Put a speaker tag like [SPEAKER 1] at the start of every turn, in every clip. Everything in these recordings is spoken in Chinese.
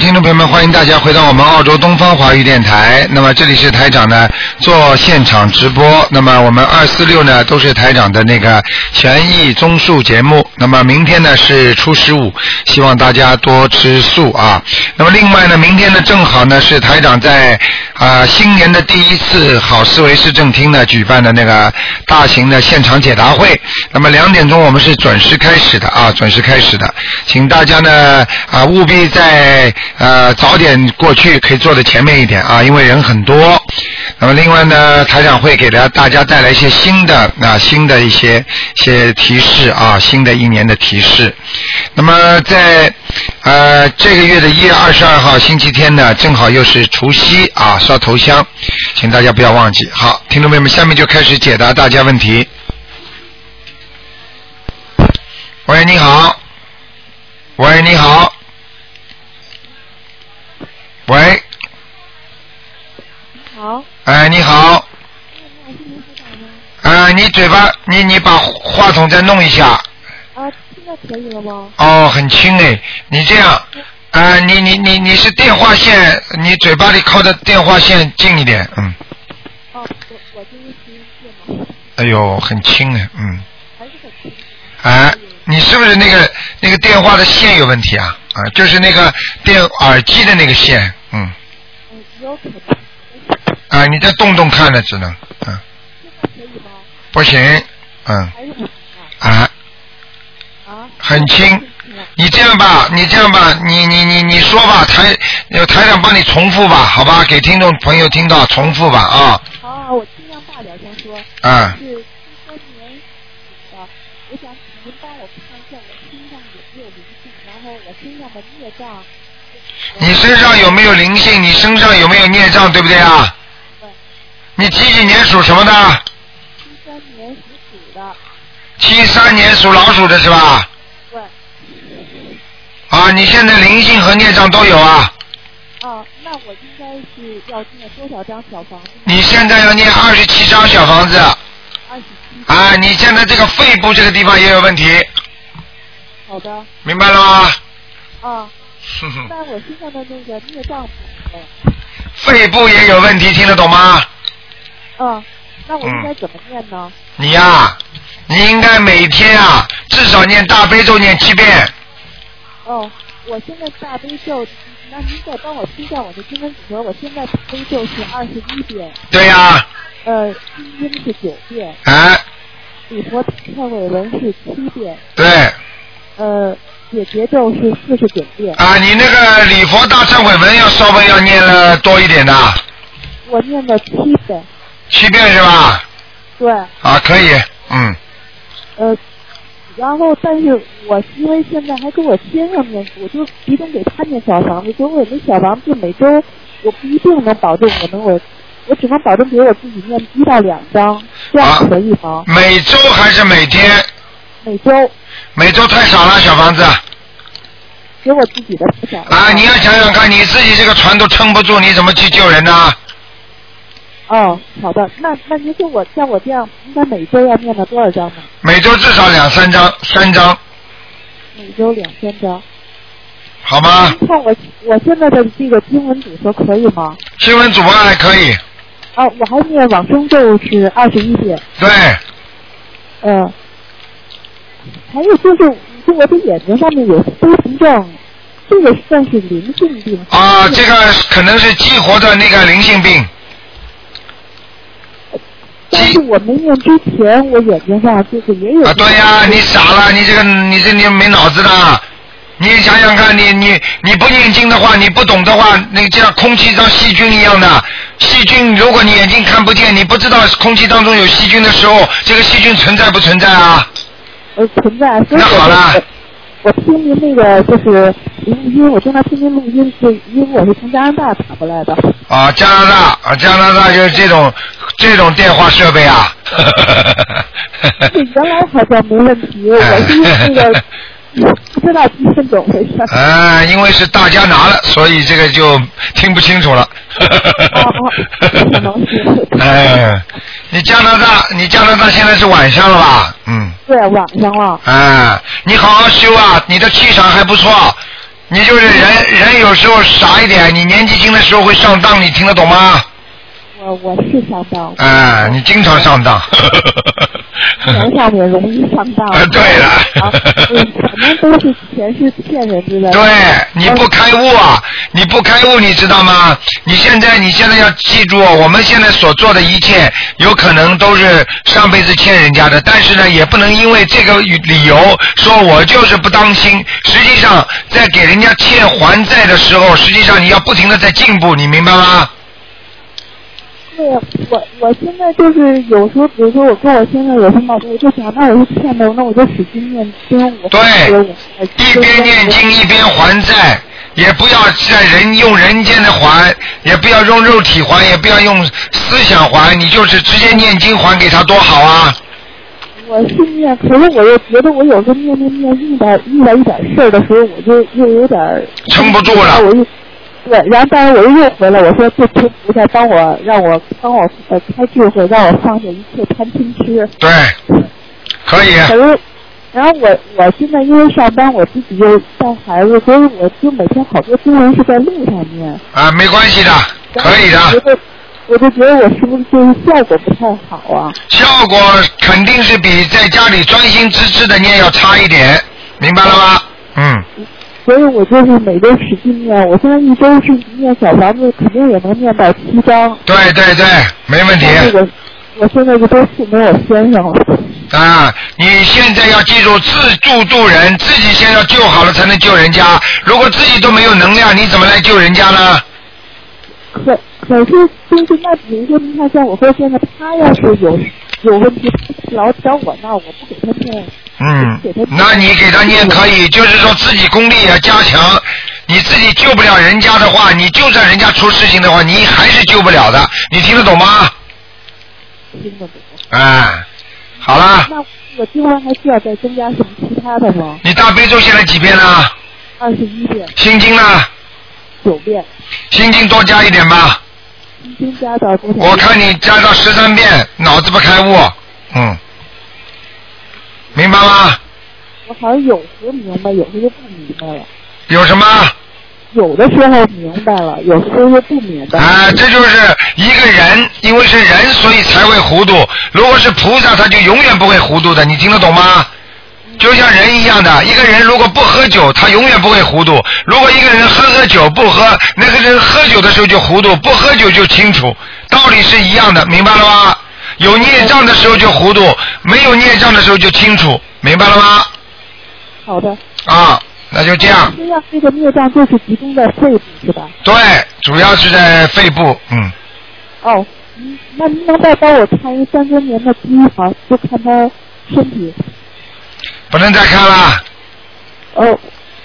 [SPEAKER 1] 听众朋友们，欢迎大家回到我们澳洲东方华语电台。那么这里是台长呢做现场直播，那么我们二四六呢都是台长的那个权益综述节目。那么明天呢是初十五，希望大家多吃素啊。那么另外呢，明天呢正好呢是台长在啊、新年的第一次好思维市政厅呢举办的那个大型的现场解答会。那么两点钟我们是准时开始的啊，准时开始的，请大家呢啊务必在呃早点过去，可以坐的前面一点啊，因为人很多。那么另外呢，台长会给大家大家带来一些新的啊新的一些一些提示啊，新的一年的提示。那么在呃这个月的一月二十二号星期天呢，正好又是除夕啊，烧头香，请大家不要忘记。好，听众朋友们，下面就开始解答大家问题。喂，你好。喂，哎你好。喂，
[SPEAKER 2] 好，
[SPEAKER 1] 哎，你好。啊，你嘴巴，你你把话筒再弄一下。
[SPEAKER 2] 啊，现在可以了吗？
[SPEAKER 1] 哦，很轻哎，你这样，啊，你你你你是电话线，你嘴巴里靠着电话线近一点，嗯。
[SPEAKER 2] 哦，我我这是第一次嘛，
[SPEAKER 1] 哎呦，很轻哎，嗯。
[SPEAKER 2] 还是很轻。
[SPEAKER 1] 哎，你是不是那个那个电话的线有问题啊？啊，就是那个电耳机的那个线，嗯。
[SPEAKER 2] 嗯，有可能。
[SPEAKER 1] 啊，你再动动看了，只能，嗯、
[SPEAKER 2] 现在可以吗？
[SPEAKER 1] 不行，嗯，
[SPEAKER 2] 还是不行
[SPEAKER 1] 啊，
[SPEAKER 2] 啊？啊？
[SPEAKER 1] 很轻。
[SPEAKER 2] 是吗
[SPEAKER 1] 你这样吧，你这样吧，你你你你说吧，台有台长帮你重复吧，好吧，给听众朋友听到重复吧啊，
[SPEAKER 2] 啊，我尽量大点声说。
[SPEAKER 1] 啊
[SPEAKER 2] 是七三年属的，我想请您帮我看一下我身上有没有灵性，然后我身上的孽障。
[SPEAKER 1] 你身上有没有灵性？你身上有没有孽障，对不对啊？
[SPEAKER 2] 对，
[SPEAKER 1] 你几几年属什么的？
[SPEAKER 2] 七三年属鼠的，
[SPEAKER 1] 七三年属老鼠的是吧？
[SPEAKER 2] 对，
[SPEAKER 1] 啊，你现在灵性和孽障都有啊。
[SPEAKER 2] 啊，那我应该是要念多少张小房子呢？
[SPEAKER 1] 你现在要念二十七张小房子
[SPEAKER 2] 二十七。
[SPEAKER 1] 啊！你现在这个肺部这个地方也有问题，
[SPEAKER 2] 好的，
[SPEAKER 1] 明白了吗？
[SPEAKER 2] 啊，
[SPEAKER 1] 哼哼
[SPEAKER 2] 那我身上的那个孽障怎么了？
[SPEAKER 1] 肺部也有问题，听得懂吗？
[SPEAKER 2] 嗯，那我应该怎么念呢？
[SPEAKER 1] 你呀、你应该每天啊，至少念大悲咒念七遍。
[SPEAKER 2] 哦，我现在大悲咒，那您再帮我批下我的经文组合。我现在大悲咒是二十一遍，
[SPEAKER 1] 对呀、
[SPEAKER 2] 呃，心经是九遍，
[SPEAKER 1] 哎、
[SPEAKER 2] 礼佛忏悔文是七遍，
[SPEAKER 1] 对
[SPEAKER 2] 呃，解结咒是四十九遍。
[SPEAKER 1] 啊，你那个礼佛大忏悔文要稍微要念了多一点的，
[SPEAKER 2] 我念了七遍，
[SPEAKER 1] 七遍是吧？
[SPEAKER 2] 对，
[SPEAKER 1] 啊，可以，嗯，
[SPEAKER 2] 呃。然后，但是我因为现在还跟我先生念，我就集中给他念小房子，所以我那小房子每周我不一定能保证我能我，我只能保证给我自己念一到两张，这样可以吗？
[SPEAKER 1] 每周还是每天？
[SPEAKER 2] 每周
[SPEAKER 1] 每周太少了，小房子。
[SPEAKER 2] 给我自己的思想
[SPEAKER 1] 啊，你要想想看，你自己这个船都撑不住，你怎么去救人呢？
[SPEAKER 2] 哦，好的，那那您说我像我这样，应该每周要念到多少章呢？
[SPEAKER 1] 每周至少两三张，三张，
[SPEAKER 2] 每周两千章。
[SPEAKER 1] 好吗？
[SPEAKER 2] 您看我我现在的这个经文组合可以吗？
[SPEAKER 1] 新闻主播还可以，
[SPEAKER 2] 啊，我还念往生咒是二十一遍，
[SPEAKER 1] 对，
[SPEAKER 2] 呃，还有就是，你说我的眼睛上面有灰尘症，这个算是灵性病
[SPEAKER 1] 啊，这个可能是激活的那个灵性病，
[SPEAKER 2] 但是我没念之前，我眼睛上就是也有
[SPEAKER 1] 啊，对呀、你傻了，你这个你这你没脑子的，你想想看，你你你不念经的话，你不懂的话，那就像空气像细菌一样的，细菌如果你眼睛看不见，你不知道空气当中有细菌的时候，这个细菌存在不存在啊？
[SPEAKER 2] 呃存在，所以
[SPEAKER 1] 那
[SPEAKER 2] 我
[SPEAKER 1] 好了
[SPEAKER 2] 就我听您那个就是您因为我经常听您录音，是因为我是从加拿大打过 来的。
[SPEAKER 1] 啊，加拿大啊，加拿大就是这种这种电话设备啊。
[SPEAKER 2] 这原来好像没问题，
[SPEAKER 1] 哎
[SPEAKER 2] 我是因为那 个不知道听是怎么回事。
[SPEAKER 1] 啊，因为是大家拿了，所以这个就听不清楚了。
[SPEAKER 2] 可能是
[SPEAKER 1] 哎，你加拿大，你加拿大现在是晚上了吧？嗯，哎
[SPEAKER 2] 对，晚上了。
[SPEAKER 1] 啊，你好好修啊，你的气场还不错，你就是人人有时候傻一点，你年纪轻的时候会上当，你听得懂吗？
[SPEAKER 2] 我我是上当，
[SPEAKER 1] 啊，你经常上当。
[SPEAKER 2] 钱上面容易上当。
[SPEAKER 1] 啊对了
[SPEAKER 2] 啊，嗯反正都是钱是骗人的。
[SPEAKER 1] 对，你不开悟啊！你不开悟，你知道吗？你现在你现在要记住，我们现在所做的一切，有可能都是上辈子欠人家的，但是呢，也不能因为这个理由说我就是不当心。实际上，在给人家欠还债的时候，实际上你要不停的在进步，你明白吗？
[SPEAKER 2] 对，我我现在就是有时候，比如说我跟我先生有什么矛盾，我就想，那我就欠的，那我就使劲念经，我
[SPEAKER 1] 对
[SPEAKER 2] 我我
[SPEAKER 1] 一边念经一边还债，也不要在人用人间的还，也不要用肉体还，也不要用思想还，你就是直接念经还给他多好啊！
[SPEAKER 2] 我是念，可是我又觉得我有时候念念念遇到遇到一点事儿的时候，我就又有点儿
[SPEAKER 1] 撑不住了
[SPEAKER 2] 然后我又对，然后当然我又又回来，我说就求菩萨帮我让我帮我呃开智慧，让我放下一切贪嗔痴。
[SPEAKER 1] 对，可以，
[SPEAKER 2] 可是， 然后我我现在因为上班，我自己又带孩子，所以我就每天好多经文是在路上念。
[SPEAKER 1] 啊，没关系的，可以
[SPEAKER 2] 然后我
[SPEAKER 1] 的
[SPEAKER 2] 觉，得我就觉得我是不是就是效果不太好啊？
[SPEAKER 1] 效果肯定是比在家里专心致志的念要差一点，明白了吗？嗯，
[SPEAKER 2] 所以我就是每周使劲念，我现在一周是念小房子，肯定也能念到七章。
[SPEAKER 1] 对对对，没问题。
[SPEAKER 2] 但是我我现在就都信没我先生了。
[SPEAKER 1] 啊，你现在要记住自助度人，自己先要救好了才能救人家。如果自己都没有能量，你怎么来救人家呢？
[SPEAKER 2] 可可是就是那比如说，您看像我和先生，他要是有有问题，他老找我那，我不给他念。
[SPEAKER 1] 嗯，那你给他念可以，就是说自己功力要加强。你自己救不了人家的话，你就算人家出事情的话，你还是救不了的。你听得懂吗？
[SPEAKER 2] 听得懂。
[SPEAKER 1] 啊，好啦，
[SPEAKER 2] 那我今后还需要再增加什么其他的吗？
[SPEAKER 1] 你大悲咒现在几遍了？
[SPEAKER 2] 二十一遍、
[SPEAKER 1] 心经呢？
[SPEAKER 2] 九遍，
[SPEAKER 1] 心经多加一点吧，
[SPEAKER 2] 心经加到多少？
[SPEAKER 1] 我看你加到十三遍，脑子不开悟。嗯，明白吗？
[SPEAKER 2] 我好像有时候明白，有时候就不明白了。
[SPEAKER 1] 有什么？
[SPEAKER 2] 有的时候明白了，有时候又不明白。
[SPEAKER 1] 啊，这就是一个人，因为是人，所以才会糊涂。如果是菩萨，他就永远不会糊涂的，你听得懂吗？就像人一样的，一个人如果不喝酒，他永远不会糊涂；如果一个人喝喝酒不喝，那个人喝酒的时候就糊涂，不喝酒就清楚，道理是一样的，明白了吗？有孽障的时候就糊涂，没有孽障的时候就清楚，明白了吗？
[SPEAKER 2] 好的，
[SPEAKER 1] 啊，那就这样。
[SPEAKER 2] 这样这个孽障就是集中在肺部是吧？
[SPEAKER 1] 对，主要是在肺部，嗯。
[SPEAKER 2] 哦，嗯那您能再帮我看一三周年的鸡吗？就看他身体。
[SPEAKER 1] 不能再看了，
[SPEAKER 2] 哦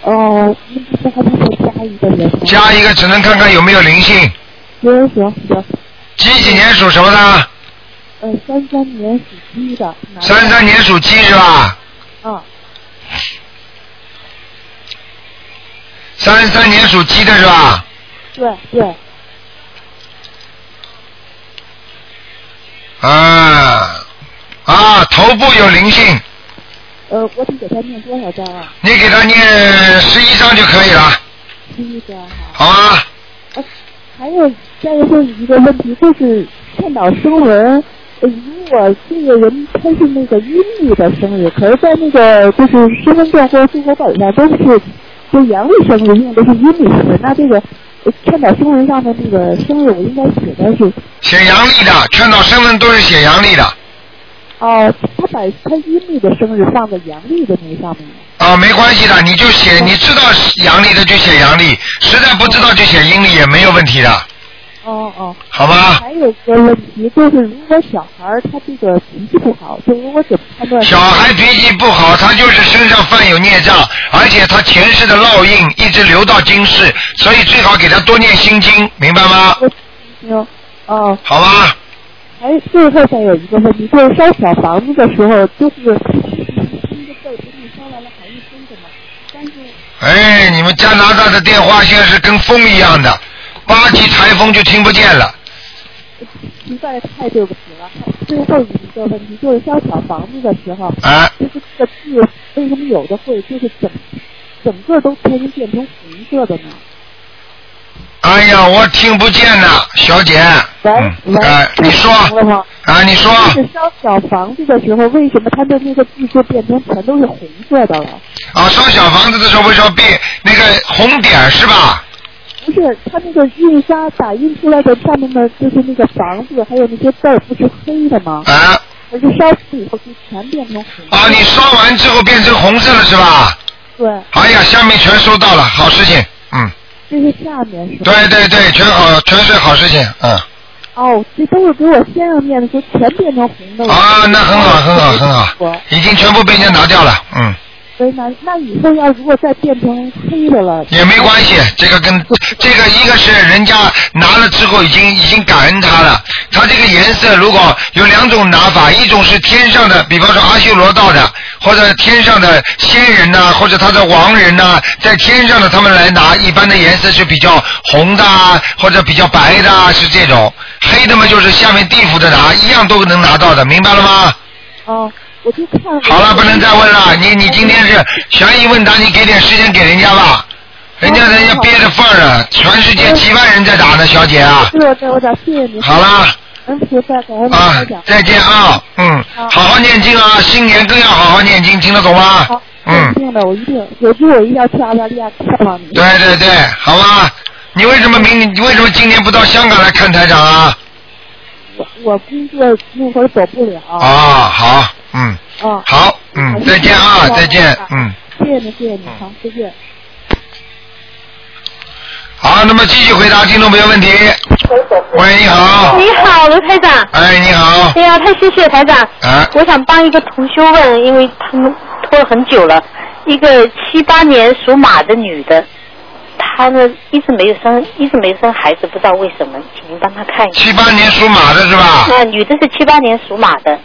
[SPEAKER 2] 哦，那这还能再加一个人吗？
[SPEAKER 1] 加一个只能看看有没有灵性。
[SPEAKER 2] 行行行，
[SPEAKER 1] 几几年属什么的？
[SPEAKER 2] 呃，三三年属鸡的。男的
[SPEAKER 1] 三三年属鸡是吧？
[SPEAKER 2] 啊，
[SPEAKER 1] 三三年属鸡的是吧？
[SPEAKER 2] 对对，
[SPEAKER 1] 啊啊，头部有灵性，
[SPEAKER 2] 呃，我得给他念多少张啊？
[SPEAKER 1] 你给他念十一章就可以了，
[SPEAKER 2] 七张
[SPEAKER 1] 好
[SPEAKER 2] 哈。
[SPEAKER 1] 啊吗？
[SPEAKER 2] 还有再问一个问题，就是劝导声纹，呃如果这个人他是那个阴历的生日，可是在那个就是身份证或者户口本上都是就阳历生日，用的是阴历生日，那这个呃劝导声纹上的那个生日，我应该写的是
[SPEAKER 1] 写阳历的，劝导身份都是写阳历的
[SPEAKER 2] 哦、他把他阴历的生日放在阳历的那上面。
[SPEAKER 1] 啊，没关系的，你就写，你知道阳历的就写阳历，实在不知道就写阴历也没有问题的，
[SPEAKER 2] 哦哦，
[SPEAKER 1] 好吗？
[SPEAKER 2] 还有个问题就是，如果小孩儿他这个脾气不好，就如果怎么判断？
[SPEAKER 1] 小孩脾气不好，他就是身上犯有孽障，而且他前世的烙印一直留到今世，所以最好给他多念心经，明白吗？
[SPEAKER 2] 我行，哦，
[SPEAKER 1] 好吧，
[SPEAKER 2] 还最后再有一个问题，就是烧小房子的时候，就是听着被不是烧完了还是生的吗？但是
[SPEAKER 1] 哎，你们加拿大的电话线是跟风一样的，八级台风就听不见了。
[SPEAKER 2] 实在太对不起了。最后一个问题就是烧小房子的时候，
[SPEAKER 1] 啊，
[SPEAKER 2] 就是这个字为什么有的会就是整整个都突然变成红色的呢？
[SPEAKER 1] 哎呀，我听不见呐，小姐。
[SPEAKER 2] 喂
[SPEAKER 1] 嗯
[SPEAKER 2] 喂
[SPEAKER 1] 哎，你说
[SPEAKER 2] 听了吗
[SPEAKER 1] 啊，你说
[SPEAKER 2] 就是烧小房子的时候，为什么它的那个字就变成全都是红色的了？
[SPEAKER 1] 啊，烧小房子的时候会烧变那个红点是吧？
[SPEAKER 2] 不是，它那个印刷打印出来的上面的，就是那个房子，还有那些字儿，不是黑的吗？
[SPEAKER 1] 啊
[SPEAKER 2] 可是烧死以后就全变成红的。
[SPEAKER 1] 啊，你烧完之后变成红色了是吧？
[SPEAKER 2] 对，
[SPEAKER 1] 哎呀，下面全收到了，好事情，嗯，
[SPEAKER 2] 这是下面是吧？
[SPEAKER 1] 对对对，全好，全是好事情，嗯，
[SPEAKER 2] 哦，这都是给我先生念的时候全变成红的了。
[SPEAKER 1] 啊，那很好很好很好，已经全部被人家拿掉了，嗯，
[SPEAKER 2] 所以呢，那以后要如果再变成黑的了，
[SPEAKER 1] 也没关系，这个跟这个一个是人家拿了之后已经已经感恩他了，他这个颜色如果有两种拿法，一种是天上的，比方说阿修罗道的，或者天上的仙人呐、或者他的王人呐、在天上的他们来拿，一般的颜色是比较红的啊，或者比较白的啊，是这种，黑的嘛就是下面地府的拿，一样都能拿到的，明白了吗？
[SPEAKER 2] 哦，我就看
[SPEAKER 1] 好了，不能再问了。你你今天是悬疑问答，你给点时间给人家吧。人家人家憋着份儿啊，全世界几万人在打呢，小姐啊。
[SPEAKER 2] 对对，我想谢谢您。
[SPEAKER 1] 好啦，
[SPEAKER 2] 能菩萨感恩您
[SPEAKER 1] 啊
[SPEAKER 2] 开讲，。
[SPEAKER 1] 再见啊，嗯，
[SPEAKER 2] 好
[SPEAKER 1] 好好念经啊，新年更要好好念经，听得懂吗
[SPEAKER 2] 好？，一
[SPEAKER 1] 嗯，
[SPEAKER 2] 定的，我一定，有时我一定要去澳大利亚看望你。
[SPEAKER 1] 对对对，好吧。你为什么明你为什么今年不到香港来看台长啊？
[SPEAKER 2] 我我工作那会儿走不了。
[SPEAKER 1] 啊，好，嗯，
[SPEAKER 2] 嗯，
[SPEAKER 1] 好，嗯，再见啊，再见，嗯。
[SPEAKER 2] 谢谢您，谢谢您，好，再见。
[SPEAKER 1] 好，那么继续回答听众朋友问题。喂，你好。
[SPEAKER 3] 你好，卢台长。
[SPEAKER 1] 哎，你好
[SPEAKER 3] 哎。呀，太谢谢台长。
[SPEAKER 1] 啊，
[SPEAKER 3] 我想帮一个同修问，因为他们拖了很久了，一个七八年属马的女的，她呢一直没有生，一直没生孩子，不知道为什么，请您帮她看一下。
[SPEAKER 1] 七八年属马的是吧？
[SPEAKER 3] 那、女的是七八年属马的，
[SPEAKER 1] 啊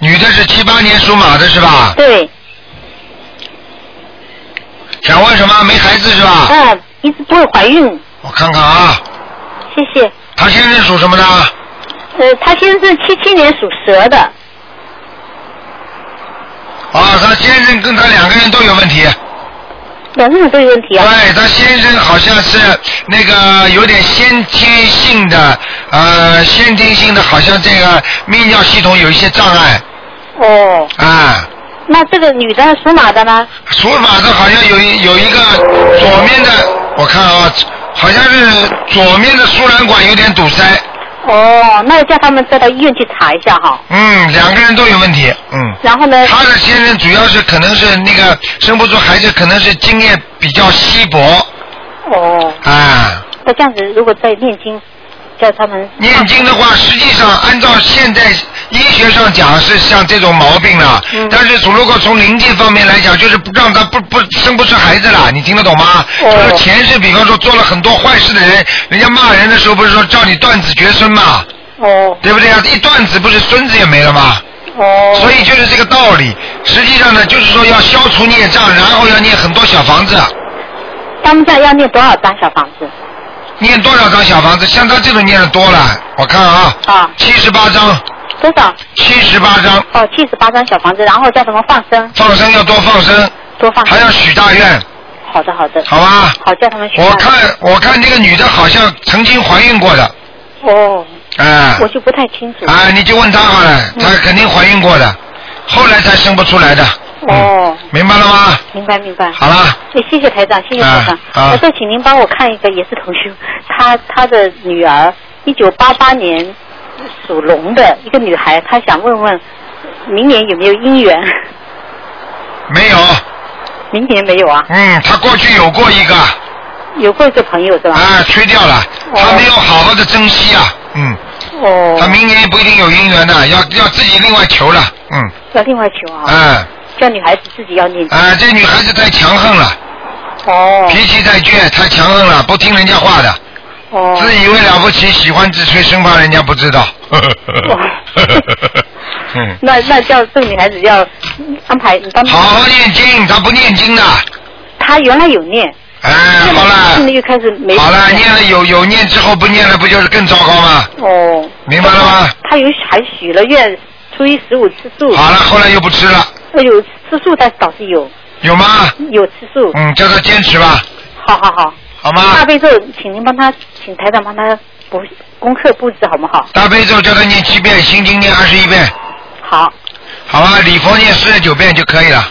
[SPEAKER 1] 女的是七八年属马的是吧？
[SPEAKER 3] 对，
[SPEAKER 1] 想问什么？没孩子是吧？
[SPEAKER 3] 嗯、一直不会怀孕，
[SPEAKER 1] 我看看啊，
[SPEAKER 3] 谢谢。
[SPEAKER 1] 她先生属什么呢？
[SPEAKER 3] 呃，她先生七七年属蛇的，
[SPEAKER 1] 啊，她先生跟她两个人都有问题。
[SPEAKER 3] 两个人都有问题啊。
[SPEAKER 1] 对，她先生好像是那个有点先天性的，呃，先天性的好像这个泌尿系统有一些障碍
[SPEAKER 3] 哦，
[SPEAKER 1] 啊。
[SPEAKER 3] 那这个女的属马的呢？
[SPEAKER 1] 属马的好像有一有一个左面的，我看啊，好像是左面的输卵管有点堵塞。
[SPEAKER 3] 哦，那叫他们再到医院去查一下哈。
[SPEAKER 1] 嗯，两个人都有问题。嗯，
[SPEAKER 3] 然后呢？
[SPEAKER 1] 他的先生主要是可能是那个生不出孩子，可能是经验比较稀薄
[SPEAKER 3] 哦，
[SPEAKER 1] 啊。
[SPEAKER 3] 那这样子，如果在念经，叫他们
[SPEAKER 1] 念经的话，实际上按照现在医学上讲是像这种毛病了，
[SPEAKER 3] 嗯
[SPEAKER 1] 但是从如果从灵界方面来讲，就是不让他不不生不出孩子了，你听得懂吗？
[SPEAKER 3] 哦
[SPEAKER 1] 就是前世比方说做了很多坏事的人，人家骂人的时候不是说叫你断子绝孙嘛，
[SPEAKER 3] 哦
[SPEAKER 1] 对不对啊？一断子不是孙子也没了吗？
[SPEAKER 3] 哦，
[SPEAKER 1] 所以就是这个道理。实际上呢，就是说要消除孽障，然后要念很多小房子，
[SPEAKER 3] 他们家要念多少张小房子
[SPEAKER 1] 念多少张小房子？像他这种念的多了，我看啊，
[SPEAKER 3] 啊？
[SPEAKER 1] 七十八张，
[SPEAKER 3] 多少？
[SPEAKER 1] 七十八张，
[SPEAKER 3] 哦，七十八张小房子，然后叫他们放生，
[SPEAKER 1] 放生要多放生，
[SPEAKER 3] 多放
[SPEAKER 1] 还
[SPEAKER 3] 生。
[SPEAKER 1] 要许大愿，
[SPEAKER 3] 好的好的，
[SPEAKER 1] 好吧？
[SPEAKER 3] 好叫他们学。
[SPEAKER 1] 我看我看这个女的好像曾经怀孕过的，
[SPEAKER 3] 哦，
[SPEAKER 1] 哎、
[SPEAKER 3] 我就嗯不太清楚。
[SPEAKER 1] 哎，你就问她好了，她肯定怀孕过的，后来才生不出来的，嗯
[SPEAKER 3] 哦，
[SPEAKER 1] 明白了吗？
[SPEAKER 3] 明白明白。
[SPEAKER 1] 好了，
[SPEAKER 3] 哎，谢谢台长，谢谢台长。
[SPEAKER 1] 啊啊
[SPEAKER 3] 我再请您帮我看一个，也是同学，她她的女儿，一九八八年属龙的一个女孩，她想问问明年有没有姻缘？
[SPEAKER 1] 没有，
[SPEAKER 3] 明年没有啊？
[SPEAKER 1] 嗯，她过去有过一个，
[SPEAKER 3] 有过一个朋友是吧？
[SPEAKER 1] 啊，吹掉了，他
[SPEAKER 3] 哦
[SPEAKER 1] 没有好好的珍惜啊，嗯，
[SPEAKER 3] 哦
[SPEAKER 1] 他，明年不一定有姻缘的，要要自己另外求了，嗯，
[SPEAKER 3] 要另外求啊，
[SPEAKER 1] 啊
[SPEAKER 3] 叫女孩子自己要念经。
[SPEAKER 1] 啊，这女孩子太强横了，
[SPEAKER 3] 哦
[SPEAKER 1] 脾气太倔，太强横了，不听人家话的，
[SPEAKER 3] 哦，
[SPEAKER 1] 自以为了不起，喜欢自吹，生怕人家不知道。 嗯，
[SPEAKER 3] 那那叫这个女孩子要安排你帮
[SPEAKER 1] 好好念经，他不念经的，
[SPEAKER 3] 她原来有念，
[SPEAKER 1] 哎，
[SPEAKER 3] 念
[SPEAKER 1] 好
[SPEAKER 3] 了现在
[SPEAKER 1] 了，
[SPEAKER 3] 又开始没
[SPEAKER 1] 好了，念了有有念之后不念了，不就是更糟糕吗？
[SPEAKER 3] 哦，
[SPEAKER 1] 明白了吗？
[SPEAKER 3] 她有还许了愿，初一十五吃素。
[SPEAKER 1] 好了，后来又不吃了，
[SPEAKER 3] 呃有吃素，但倒是有
[SPEAKER 1] 有吗？
[SPEAKER 3] 有吃素。
[SPEAKER 1] 嗯，啊叫他坚持吧，
[SPEAKER 3] 好好好。
[SPEAKER 1] 好吗？
[SPEAKER 3] 大悲咒，请您帮他，请台长帮他布功课布置好不好？
[SPEAKER 1] 大悲咒叫他念七遍，心经念二十一遍，
[SPEAKER 3] 好，
[SPEAKER 1] 好吧？礼佛念四十九遍就可以了。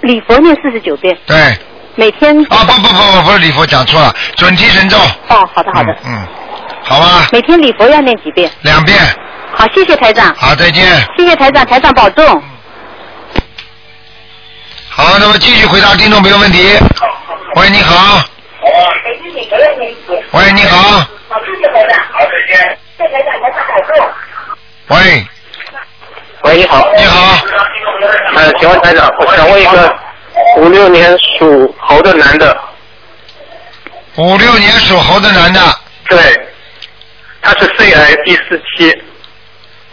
[SPEAKER 3] 礼佛念四十九遍，
[SPEAKER 1] 对，
[SPEAKER 3] 每天。
[SPEAKER 1] 啊不不不不不是礼佛讲错了，准提神咒。
[SPEAKER 3] 哦，好的好的，
[SPEAKER 1] 嗯，嗯好吧，
[SPEAKER 3] 每天礼佛要念几遍？
[SPEAKER 1] 两遍，
[SPEAKER 3] 好，谢谢台长，
[SPEAKER 1] 好，再见。
[SPEAKER 3] 谢谢台长，台长保重。
[SPEAKER 4] 嗯
[SPEAKER 1] 好，那么继续回答听众朋友问题。喂，你好。喂，你好。喂，
[SPEAKER 5] 喂，你好，
[SPEAKER 1] 你好，
[SPEAKER 5] 呃，请问台长，我想问一个五六年属猴的男的，
[SPEAKER 1] 五六年属猴的男的，
[SPEAKER 5] 对，他是肺癌第四期，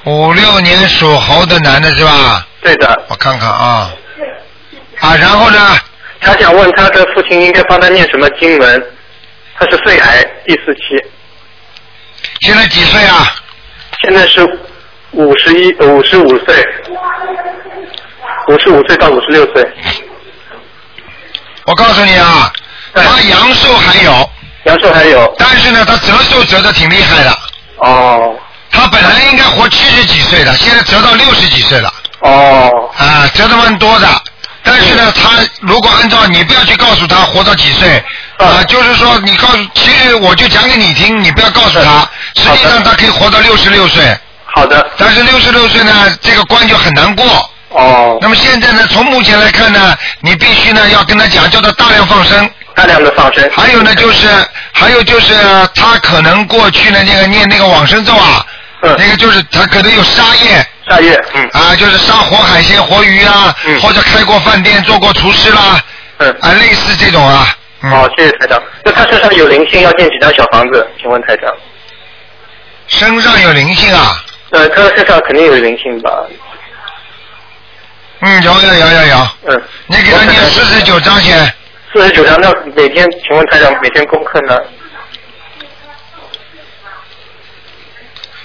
[SPEAKER 1] 五六年属猴的男的是吧？
[SPEAKER 5] 对的，
[SPEAKER 1] 我看看啊，啊，然后呢？
[SPEAKER 5] 他想问他的父亲应该帮他念什么经文，他是肺癌第四期，
[SPEAKER 1] 现在几岁啊？
[SPEAKER 5] 现在是五十一呃五十五岁，五十五岁到五十六岁，
[SPEAKER 1] 我告诉你啊，
[SPEAKER 5] 对
[SPEAKER 1] 他阳寿还有，
[SPEAKER 5] 阳寿还有，
[SPEAKER 1] 但是呢，他折寿折的挺厉害的。
[SPEAKER 5] 哦
[SPEAKER 1] 他本来应该活七十几岁的，现在折到六十几岁了，
[SPEAKER 5] 哦
[SPEAKER 1] 啊，折的蛮多的。但是
[SPEAKER 5] 嗯
[SPEAKER 1] 呢，他如果按照你不要去告诉他活到几岁，啊，
[SPEAKER 5] 嗯
[SPEAKER 1] 就是说你告诉，其实我就讲给你听，你不要告诉他，
[SPEAKER 5] 嗯
[SPEAKER 1] 实际
[SPEAKER 5] 好
[SPEAKER 1] 上
[SPEAKER 5] 的
[SPEAKER 1] 他可以活到六十六岁，
[SPEAKER 5] 好的，
[SPEAKER 1] 但是六十六岁呢，这个关就很难过。
[SPEAKER 5] 哦
[SPEAKER 1] 那么现在呢，从目前来看呢，你必须呢要跟他讲，叫他大量放生。
[SPEAKER 5] 大量的放生，
[SPEAKER 1] 还有呢，就是还有就是他可能过去呢那个念那个往生咒啊，
[SPEAKER 5] 嗯
[SPEAKER 1] 那个就是他可能有杀业
[SPEAKER 5] 下月嗯
[SPEAKER 1] 啊，就是杀活海鲜、活鱼啊，
[SPEAKER 5] 嗯
[SPEAKER 1] 或者开过饭店、做过厨师啦，
[SPEAKER 5] 嗯。
[SPEAKER 1] 啊，类似这种啊。嗯、
[SPEAKER 5] 好，哦谢谢台长。那他身上有灵性，要建几张小房子？请问台长？
[SPEAKER 1] 身上有灵性啊，
[SPEAKER 5] 呃，他身上肯定有灵性吧？
[SPEAKER 1] 嗯，有有有有有，
[SPEAKER 5] 嗯。
[SPEAKER 1] 你给他念四十九章先，
[SPEAKER 5] 四十九张，那每天，请问台长每天功课呢？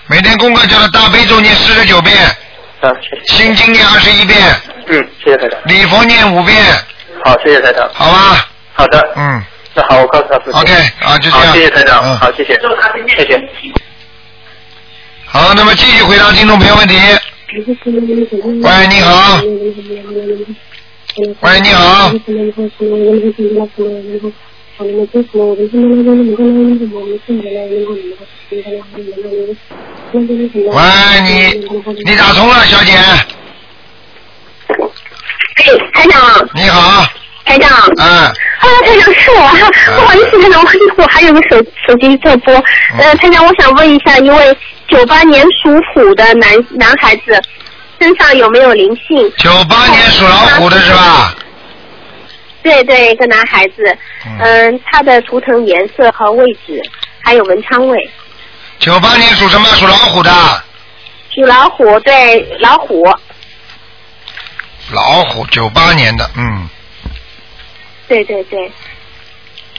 [SPEAKER 1] 每天功课叫他大悲咒念四十九遍，
[SPEAKER 5] 啊，谢谢。
[SPEAKER 1] 心经念二十一遍，
[SPEAKER 5] 嗯，谢谢台长。
[SPEAKER 1] 礼佛念五遍，
[SPEAKER 5] 好，谢谢台长。
[SPEAKER 1] 好吧？
[SPEAKER 5] 好的，
[SPEAKER 1] 嗯
[SPEAKER 5] 那好，我告诉他父亲。
[SPEAKER 1] ，OK 啊，就这
[SPEAKER 5] 好，
[SPEAKER 1] 样。
[SPEAKER 5] 谢谢台长。
[SPEAKER 1] 嗯
[SPEAKER 5] 好，谢谢。谢谢。
[SPEAKER 1] 好，那么继续回答听众朋友问题。喂，你好。喂，你好。喂，你你打通了，小姐。
[SPEAKER 4] 嘿，台长，
[SPEAKER 1] 你好，
[SPEAKER 4] 台长，啊，
[SPEAKER 1] 嗯，
[SPEAKER 4] 台长是我啊，不好意思，台长，我我还有个手手机在播，呃，台长，我想问一下，一位九八年属虎的男男孩子身上有没有灵性？
[SPEAKER 1] 九八年属老虎的是吧？
[SPEAKER 4] 对对，一个男孩子，
[SPEAKER 1] 嗯
[SPEAKER 4] 嗯、他的图腾颜色和位置，还有文昌位，
[SPEAKER 1] 九八年属什么？属老虎的。
[SPEAKER 4] 属老虎，对，老虎，
[SPEAKER 1] 老虎，九八年的，嗯。
[SPEAKER 4] 对对对，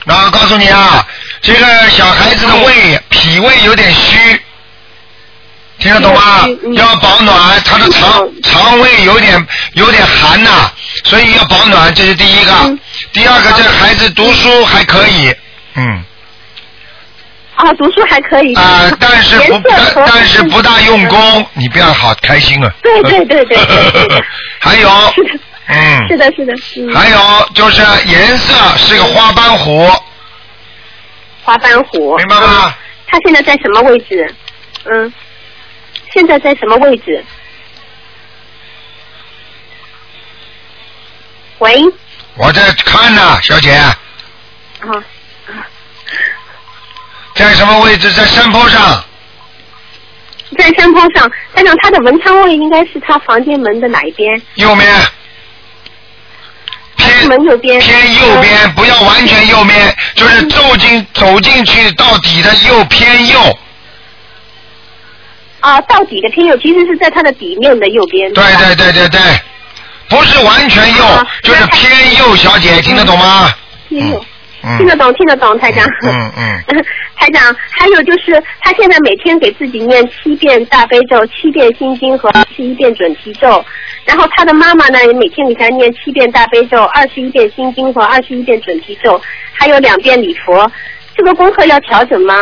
[SPEAKER 1] 然后告诉你啊，这个小孩子的胃、脾胃有点虚，听得懂吗
[SPEAKER 4] 嗯？嗯
[SPEAKER 1] 要保暖，他的肠肠胃有点有点寒呐、所以要保暖，这是第一个。
[SPEAKER 4] 嗯
[SPEAKER 1] 第二个，这孩子读书还可以，嗯
[SPEAKER 4] 啊，读书还可以
[SPEAKER 1] 啊、但是不
[SPEAKER 4] 颜色
[SPEAKER 1] 但
[SPEAKER 4] 和
[SPEAKER 1] 但是不大用功，你不要好开心啊。
[SPEAKER 4] 对对对对对对对
[SPEAKER 1] 还有
[SPEAKER 4] 是的，
[SPEAKER 1] 嗯，
[SPEAKER 4] 是的，是的，嗯，
[SPEAKER 1] 还有就是颜色是个花斑虎，
[SPEAKER 4] 花斑虎，
[SPEAKER 1] 明白
[SPEAKER 4] 嗯
[SPEAKER 1] 吗？
[SPEAKER 4] 他现在在什么位置？嗯，现在在什么位置？喂，
[SPEAKER 1] 我在看呢、小姐。
[SPEAKER 4] 啊，
[SPEAKER 1] 在什么位置？在山坡上。
[SPEAKER 4] 在山坡上，但是他的文昌位应该是他房间门的哪一边？
[SPEAKER 1] 右面，偏
[SPEAKER 4] 门右边。嗯
[SPEAKER 1] 偏右边，不要完全右面，就是走进走进去到底的右偏右。
[SPEAKER 4] 啊，到底的偏右，其实是在他的底面的右边。
[SPEAKER 1] 对
[SPEAKER 4] 是吧
[SPEAKER 1] 对对对对，不是完全右
[SPEAKER 4] 啊，
[SPEAKER 1] 就是
[SPEAKER 4] 嗯
[SPEAKER 1] 偏右，小姐听得懂吗？
[SPEAKER 4] 偏右。
[SPEAKER 1] 嗯
[SPEAKER 4] 听得懂，听得懂，台长。
[SPEAKER 1] 嗯嗯嗯
[SPEAKER 4] 台台长，还有就是他现在每天给自己念七遍大悲咒、七遍心经和二十一遍准提咒，然后他的妈妈呢也每天给他念七遍大悲咒、二十一遍心经和二十一遍准提咒，还有两遍礼佛。这个功课要调整吗？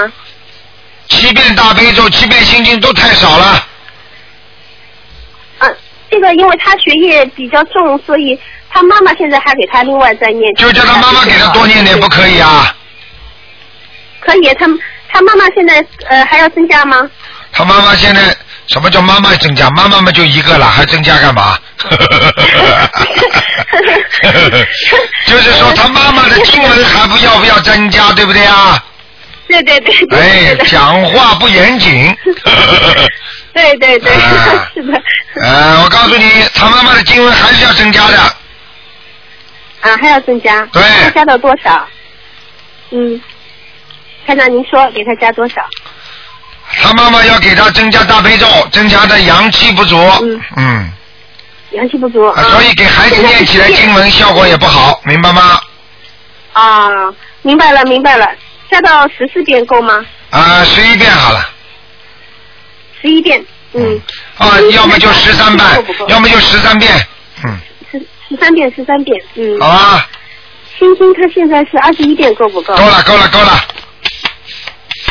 [SPEAKER 1] 七遍大悲咒、七遍心经都太少了。
[SPEAKER 4] 嗯，这个因为他学业比较重，所以他妈妈现在还给他另外再念。
[SPEAKER 1] 就叫他妈妈给他多念点，不可以啊？
[SPEAKER 4] 可以，他他妈妈现在呃还要增加吗？
[SPEAKER 1] 他妈妈现在什么叫妈妈增加？妈妈嘛就一个了，还增加干 嘛？就是说他妈妈的经文还不要不要增加，对不对啊？
[SPEAKER 4] 对对对对。
[SPEAKER 1] 哎
[SPEAKER 4] 对，的
[SPEAKER 1] 讲话不严 谨。
[SPEAKER 4] 对对对，
[SPEAKER 1] 啊
[SPEAKER 4] 是的，
[SPEAKER 1] 呃，我告诉你，他妈妈的经文还是要增加的。
[SPEAKER 4] 啊，还要增加，
[SPEAKER 1] 对
[SPEAKER 4] 他加到多少？嗯，看长您说给他加多少？
[SPEAKER 1] 他妈妈要给他增加大悲咒，增加的阳气不足。
[SPEAKER 4] 嗯
[SPEAKER 1] 嗯。
[SPEAKER 4] 阳气不足。
[SPEAKER 1] 啊所以给孩子念起来经文效果也不好，明白吗？
[SPEAKER 4] 啊，明白了明白了，加到十四遍够吗？
[SPEAKER 1] 啊，十一遍好了。
[SPEAKER 4] 十一遍，嗯，
[SPEAKER 1] 啊，要么就十三
[SPEAKER 4] 够
[SPEAKER 1] 遍
[SPEAKER 4] 不够，
[SPEAKER 1] 要么就十三遍。嗯，
[SPEAKER 4] 十十三遍十三遍，嗯。
[SPEAKER 1] 好吧，
[SPEAKER 4] 星星他现在是二十一遍够不够？
[SPEAKER 1] 够了，够了，够了。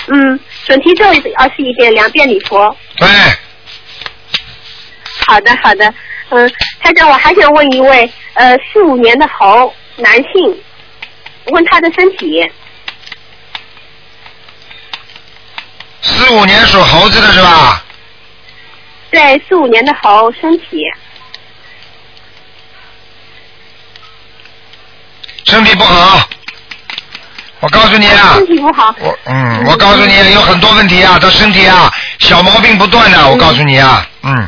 [SPEAKER 4] 嗯，准提咒二十一遍，两遍礼佛。
[SPEAKER 1] 对，
[SPEAKER 4] 好的，好的。嗯，台长，我还想问一位，呃，四五年的猴男性，问他的身体。
[SPEAKER 1] 四五年属猴子的是吧？
[SPEAKER 4] 对，四五年的猴身体
[SPEAKER 1] 身体不好，我告诉你啊
[SPEAKER 4] 身，体不好。
[SPEAKER 1] 我嗯，我告诉你有很多问题啊，他身体啊小毛病不断的，我告诉你啊，嗯。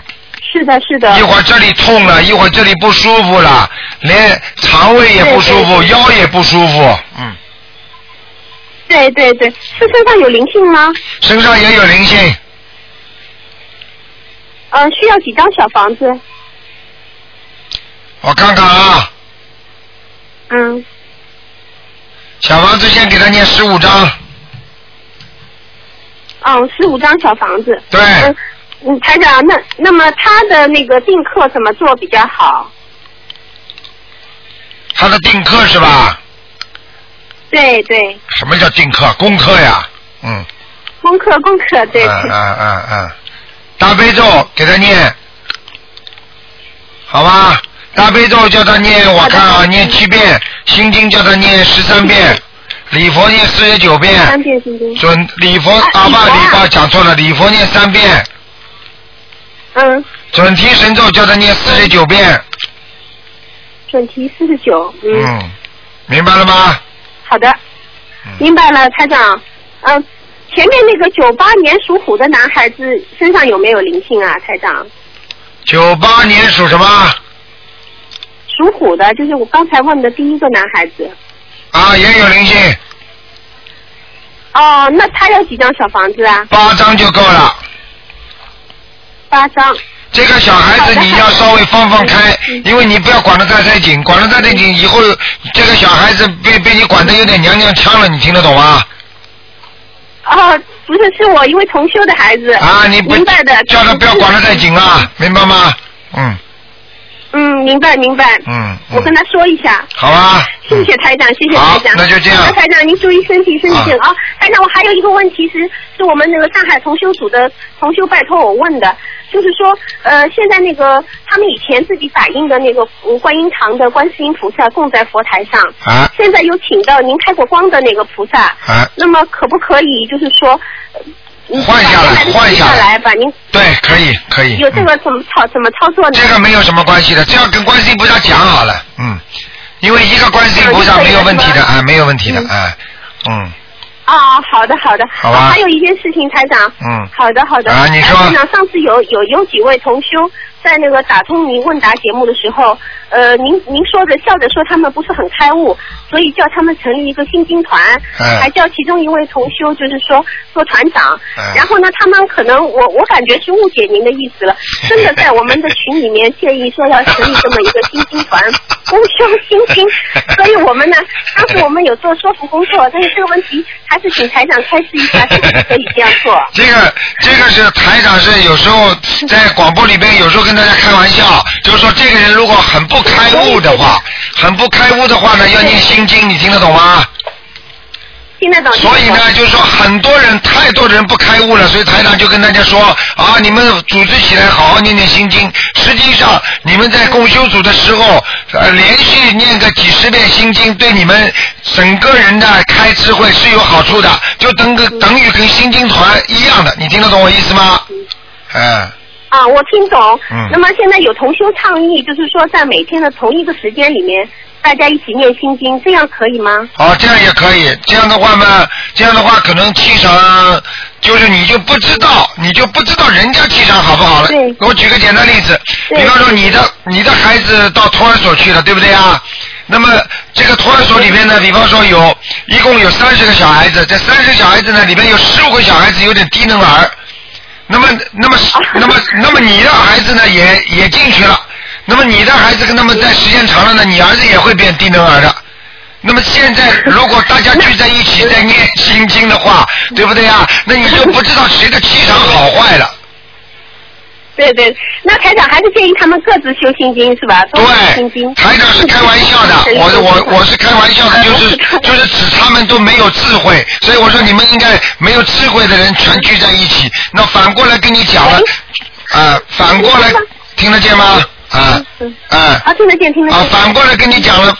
[SPEAKER 4] 是的，是的。
[SPEAKER 1] 一会儿这里痛了，一会儿这里不舒服了，连肠胃也不舒服，
[SPEAKER 4] 对对对
[SPEAKER 1] 腰也不舒服，嗯，
[SPEAKER 4] 对对对，是身上有灵性吗？
[SPEAKER 1] 身上也有灵性，
[SPEAKER 4] 呃，需要几张小房子？
[SPEAKER 1] 我看看啊，
[SPEAKER 4] 嗯，
[SPEAKER 1] 小房子先给他念十五章，
[SPEAKER 4] 哦，十五张小房子。
[SPEAKER 1] 对，
[SPEAKER 4] 嗯，嗯，台长，那那么他的那个定课怎么做比较好？
[SPEAKER 1] 他的定课是吧？
[SPEAKER 4] 对对，
[SPEAKER 1] 什么叫定课？功课呀，嗯，
[SPEAKER 4] 功课功课对，
[SPEAKER 1] 嗯嗯嗯嗯，大悲咒给他念，好吧？大悲咒叫他念，我看
[SPEAKER 4] 好
[SPEAKER 1] 啊，
[SPEAKER 4] 的
[SPEAKER 1] 念七遍，心经叫他念十三遍，礼佛念四十九遍，
[SPEAKER 4] 嗯三遍心经。
[SPEAKER 1] 准礼佛
[SPEAKER 4] 啊
[SPEAKER 1] 阿爸
[SPEAKER 4] 礼佛啊
[SPEAKER 1] 礼佛讲错了，礼佛念三遍，
[SPEAKER 4] 嗯，
[SPEAKER 1] 准提神咒叫他念四十九遍。
[SPEAKER 4] 准提四十九。嗯，
[SPEAKER 1] 嗯，明白了吗？
[SPEAKER 4] 好的
[SPEAKER 1] 嗯，
[SPEAKER 4] 明白了，台长。嗯，前面那个九八年属虎的男孩子身上有没有灵性啊，台长？
[SPEAKER 1] 九八年属什么？
[SPEAKER 4] 属虎的，就是我刚才问的第一个男孩子。
[SPEAKER 1] 啊，也有灵性，
[SPEAKER 4] 哦，那他要几张小房子啊？
[SPEAKER 1] 八张就够了。
[SPEAKER 4] 八张。
[SPEAKER 1] 这个小孩子
[SPEAKER 4] 好的
[SPEAKER 1] 你要稍微放放开
[SPEAKER 4] 嗯，
[SPEAKER 1] 因为你不要管得太太紧，管得太太紧以后，这个小孩子被被你管得有点娘娘腔了，你听得懂吗？
[SPEAKER 4] 哦，不是，是我一位同修的孩子。
[SPEAKER 1] 啊，你不
[SPEAKER 4] 明白的。
[SPEAKER 1] 叫他不要管得太紧啊，明白吗？嗯
[SPEAKER 4] 嗯，明白明白。
[SPEAKER 1] 嗯，
[SPEAKER 4] 我跟
[SPEAKER 1] 嗯
[SPEAKER 4] 他嗯说一下。
[SPEAKER 1] 好吧。
[SPEAKER 4] 谢谢台长，谢谢
[SPEAKER 1] 好
[SPEAKER 4] 台长。
[SPEAKER 1] 那就这样啊
[SPEAKER 4] 好的台长，您注意身体，身体健康。哦台长，我还有一个问题是，是我们那个上海同修组的同修拜托我问的，就是说，呃，现在那个他们以前自己打印的那个嗯观音堂的观世音菩萨供在佛台上，
[SPEAKER 1] 啊
[SPEAKER 4] 现在有请到您开过光的那个菩萨，
[SPEAKER 1] 啊，
[SPEAKER 4] 那么可不可以就是说，呃
[SPEAKER 1] 换下来
[SPEAKER 4] 把原的
[SPEAKER 1] 换下来
[SPEAKER 4] 下来，把您
[SPEAKER 1] 对，可以可以。
[SPEAKER 4] 有这
[SPEAKER 1] 嗯
[SPEAKER 4] 个怎么操怎么操作呢？
[SPEAKER 1] 这个没有什么关系的，只要跟观世音菩萨讲好了，嗯，因为一个观世音菩
[SPEAKER 4] 哦
[SPEAKER 1] 萨没有问题的啊，没有问题的啊，嗯，
[SPEAKER 4] 啊，好的好的，
[SPEAKER 1] 好吧
[SPEAKER 4] 啊还有一件事情，台长，
[SPEAKER 1] 嗯
[SPEAKER 4] 好的好的，呃
[SPEAKER 1] 啊你说
[SPEAKER 4] 台长，上次有有有几位同修，在那个打通您问答节目的时候，呃，您您说着笑着说他们不是很开悟，所以叫他们成立一个新经团，
[SPEAKER 1] 哎
[SPEAKER 4] 还叫其中一位同修就是说做团长。
[SPEAKER 1] 哎
[SPEAKER 4] 然后呢，他们可能我我感觉是误解您的意 思了，真的在我们的群里面建议说要成立这么一个新经 团，公修新经。所以我们呢，当时我们有做说服工作，但是这个问题还是请台长开示一下，是不是可以这样做？
[SPEAKER 1] 这个这个是台长是有时候在广播里边有时候跟大家开玩笑，就是说这个人如果很不开悟的话，很不开悟的话呢，要念心经，你听得懂吗？
[SPEAKER 4] 听得懂？
[SPEAKER 1] 所以呢，就是说很多人太多人不开悟了，所以台长就跟大家说啊，你们组织起来好好念念心经。实际上你们在共修组的时候，呃，连续念个几十遍心经，对你们整个人的开智慧是有好处的，就等个等于跟心经团一样的，你听得懂我意思吗？嗯，
[SPEAKER 4] 啊，我听懂。
[SPEAKER 1] 嗯
[SPEAKER 4] 那么现在有同修倡议，就是说在每天的同一个时间里面，大家一起念心经，这样可以吗？
[SPEAKER 1] 好，这样也可以。这样的话嘛，这样的话可能气场就是你就不知道，你就不知道人家气场好不好了。
[SPEAKER 4] 对
[SPEAKER 1] 我举个简单例子，
[SPEAKER 4] 对
[SPEAKER 1] 比方说你的你的孩子到托儿所去了，对不对啊？那么这个托儿所里边呢，比方说有一共有三十个小孩子，这三十小孩子呢里边有十五个小孩子有点低能儿，那么那么那么那么你的孩子呢也也进去了，那么你的孩子跟他们在时间长了呢，你儿子也会变低能儿的。那么现在如果大家聚在一起在念心经的话，对不对呀？那你就不知道谁的气场好坏了。
[SPEAKER 4] 对对，那台长还是建议他们各自修心经是吧？都修心
[SPEAKER 1] 对，
[SPEAKER 4] 哦经。
[SPEAKER 1] 台长是开玩笑 的，我我我是开玩笑的，就是
[SPEAKER 4] 啊我知道
[SPEAKER 1] 就是指他们都没有智慧，所以我说你们应该没有智慧的人全聚在一起。那反过来跟你讲了，
[SPEAKER 4] 哎
[SPEAKER 1] 啊，反过来听得见吗？啊
[SPEAKER 4] 嗯
[SPEAKER 1] 啊。
[SPEAKER 4] 啊，听得见，听得见。
[SPEAKER 1] 啊，反过来跟你讲了，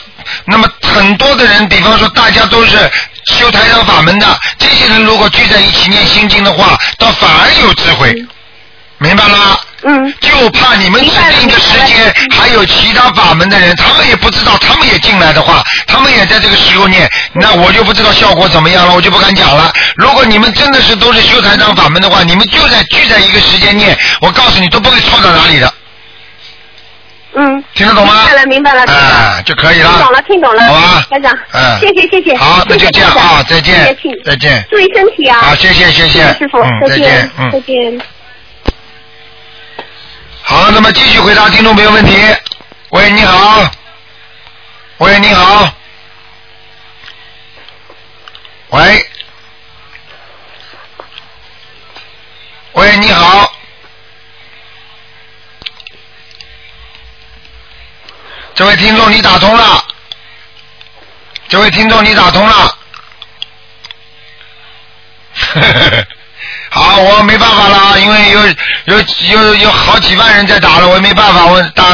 [SPEAKER 1] 那么很多的人，比方说大家都是修台上法门的，这些人如果聚在一起念心经的话，倒反而有智慧，明白了吗？
[SPEAKER 4] 嗯，
[SPEAKER 1] 就怕你们指定的时
[SPEAKER 4] 明白
[SPEAKER 1] 间
[SPEAKER 4] 了
[SPEAKER 1] 还有其他法门的人，他们也不知道，他们也进来的话，他们也在这个时候念，那我就不知道效果怎么样了，我就不敢讲了。如果你们真的是都是修台上法门的话，你们就在聚在一个时间念，我告诉你都不会错到哪里的，
[SPEAKER 4] 嗯。
[SPEAKER 1] 听得懂吗？
[SPEAKER 4] 明白了，明白了。
[SPEAKER 1] 啊，就可以
[SPEAKER 4] 听
[SPEAKER 1] 了。
[SPEAKER 4] 懂了，听懂了，
[SPEAKER 1] 好吧，
[SPEAKER 4] 台长，
[SPEAKER 1] 嗯，
[SPEAKER 4] 谢谢谢谢，
[SPEAKER 1] 好，那就这样
[SPEAKER 4] 谢谢台长
[SPEAKER 1] 啊，再见
[SPEAKER 4] 谢谢，
[SPEAKER 1] 再见。
[SPEAKER 4] 注意身体啊，
[SPEAKER 1] 好，谢谢，谢
[SPEAKER 4] 谢
[SPEAKER 1] 谢
[SPEAKER 4] 谢师傅，
[SPEAKER 1] 嗯，再见，
[SPEAKER 4] 再
[SPEAKER 1] 嗯，
[SPEAKER 4] 见。
[SPEAKER 1] 好，那么继续回答听众朋友问题。喂，你好。喂，你好。喂。喂，你好。这位听众，你打通了。这位听众，你打通了。 好，我没办法了啊，因为有有有有好几万人在打了，我也没办法，我打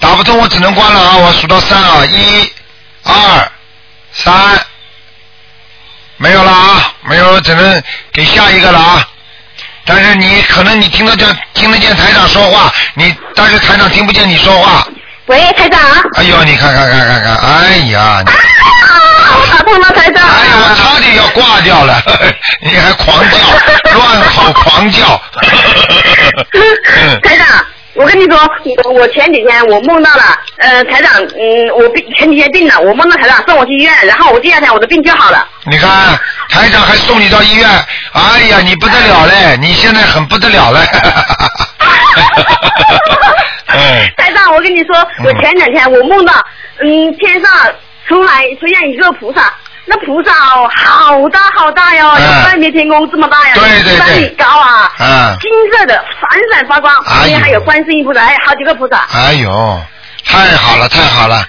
[SPEAKER 1] 打不通，我只能关了啊！我数到三啊，一、二、三，没有了啊，没有，只能给下一个了啊。但是你可能你听得见听得见台长说话，你但是台长听不见你说话。
[SPEAKER 4] 喂，台长啊，
[SPEAKER 1] 哎呦，你看看看看看，哎呀，你
[SPEAKER 4] 我打通了，台长。
[SPEAKER 1] 哎呀，我差点要挂掉了，你还狂叫，乱吼狂叫。 嗯
[SPEAKER 4] 台长，我跟你说，我我前几天我梦到了，呃，台长，嗯，我病前几天病了，我梦到台长送我去医院，然后我第二天我的病就 好了。
[SPEAKER 1] 你看，台长还送你到医院，哎呀，你不得了嘞！你现在很不得了嘞。嗯，
[SPEAKER 4] 台长，我跟你说，我前两天我梦到，嗯，天上出来出现一个菩萨，那菩萨哦，好大好大哟，
[SPEAKER 1] 嗯
[SPEAKER 4] 有半边天空这么大呀，
[SPEAKER 1] 对对对
[SPEAKER 4] 三米高啊，
[SPEAKER 1] 嗯
[SPEAKER 4] 金色的闪闪发光，旁
[SPEAKER 1] 哎
[SPEAKER 4] 边
[SPEAKER 1] 呦
[SPEAKER 4] 还有观世音菩萨，还有好几个菩萨。
[SPEAKER 1] 哎呦，太好了，太好了，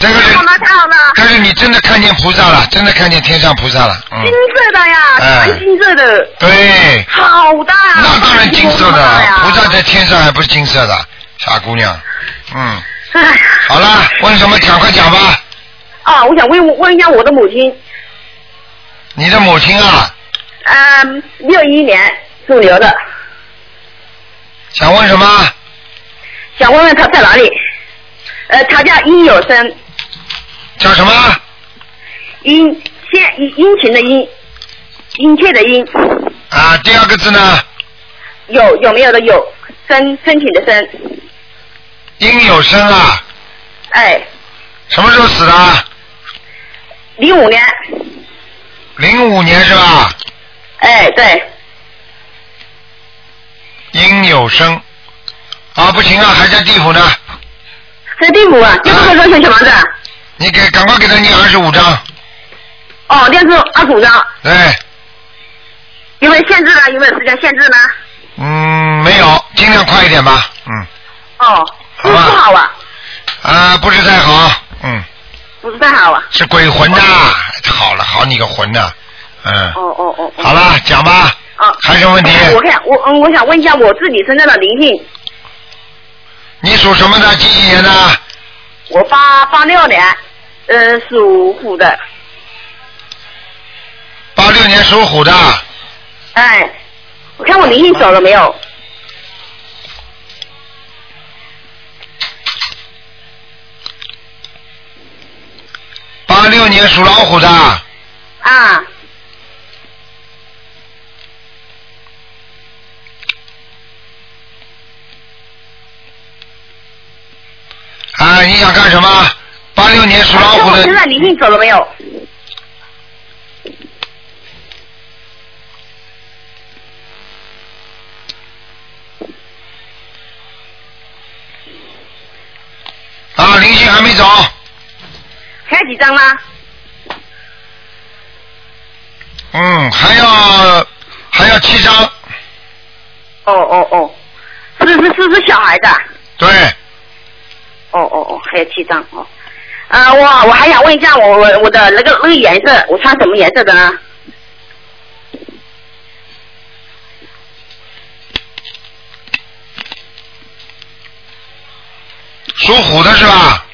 [SPEAKER 1] 这个
[SPEAKER 4] 太
[SPEAKER 1] 是
[SPEAKER 4] 好，了，太好了！
[SPEAKER 1] 但是你真的看见菩萨了，真的看见天上菩萨了，嗯
[SPEAKER 4] 金，色的呀，
[SPEAKER 1] 哎
[SPEAKER 4] 全金色的，
[SPEAKER 1] 对，
[SPEAKER 4] 好大啊！
[SPEAKER 1] 那当然金色
[SPEAKER 4] 好
[SPEAKER 1] 的啊
[SPEAKER 4] 大啊
[SPEAKER 1] 了
[SPEAKER 4] 呀，
[SPEAKER 1] 菩萨在天上还不是金色的，傻姑娘，嗯，
[SPEAKER 4] 哎，
[SPEAKER 1] 好了，问什么赶快讲吧，
[SPEAKER 4] 啊，我想问问一下我的母亲，
[SPEAKER 1] 你的母亲啊，
[SPEAKER 4] 嗯，六一年属牛的，
[SPEAKER 1] 想问什么？
[SPEAKER 4] 想问问她在哪里？呃，她叫殷有生，
[SPEAKER 1] 叫什么？
[SPEAKER 4] 殷现殷殷勤的殷，殷切的殷，
[SPEAKER 1] 啊，第二个字呢？
[SPEAKER 4] 有有没有的有，申申请的申，
[SPEAKER 1] 殷有生啊，
[SPEAKER 4] 哎，
[SPEAKER 1] 什么时候死的？
[SPEAKER 4] 零五年，
[SPEAKER 1] 零五年是吧？
[SPEAKER 4] 哎，对，
[SPEAKER 1] 殷有生，啊不行啊，还在地府呢，
[SPEAKER 4] 在地府啊，就是说小小房子啊，
[SPEAKER 1] 你给赶快给他念二十五章，
[SPEAKER 4] 哦，练是二十五张，
[SPEAKER 1] 哎，
[SPEAKER 4] 有没有限制呢？有没有时间限制呢？
[SPEAKER 1] 嗯，没有，尽量快一点吧，嗯，
[SPEAKER 4] 哦，是不是
[SPEAKER 1] 好吧
[SPEAKER 4] 不好啊，
[SPEAKER 1] 啊不是太好，嗯，
[SPEAKER 4] 不是太好啊，
[SPEAKER 1] 是鬼魂呐、好了，好你个魂呐、嗯，
[SPEAKER 4] 哦哦哦，哦
[SPEAKER 1] 好了，讲吧，
[SPEAKER 4] 啊，
[SPEAKER 1] 还有什么问题？
[SPEAKER 4] 我看我嗯，我想问一下我自己身上的灵性，
[SPEAKER 1] 你属什么的？几几年的？
[SPEAKER 4] 我八八六年，呃，属虎的，
[SPEAKER 1] 八六年属虎的，
[SPEAKER 4] 哎，我看我灵性走了没有？
[SPEAKER 1] 八六年属老虎的，
[SPEAKER 4] 啊，
[SPEAKER 1] 啊，你想干什么？八六年属老
[SPEAKER 4] 看
[SPEAKER 1] 虎
[SPEAKER 4] 我身
[SPEAKER 1] 的，
[SPEAKER 4] 上灵性走了没有？
[SPEAKER 1] 啊，灵性还没走，
[SPEAKER 4] 还有几张呢？
[SPEAKER 1] 嗯，还要还要七张，
[SPEAKER 4] 哦哦哦，是是是是小孩子、啊。
[SPEAKER 1] 对，
[SPEAKER 4] 哦哦哦，还有七张哦。啊，我我还想问一下我我我的那个那个颜色，我穿什么颜色的呢？
[SPEAKER 1] 属虎的是吧？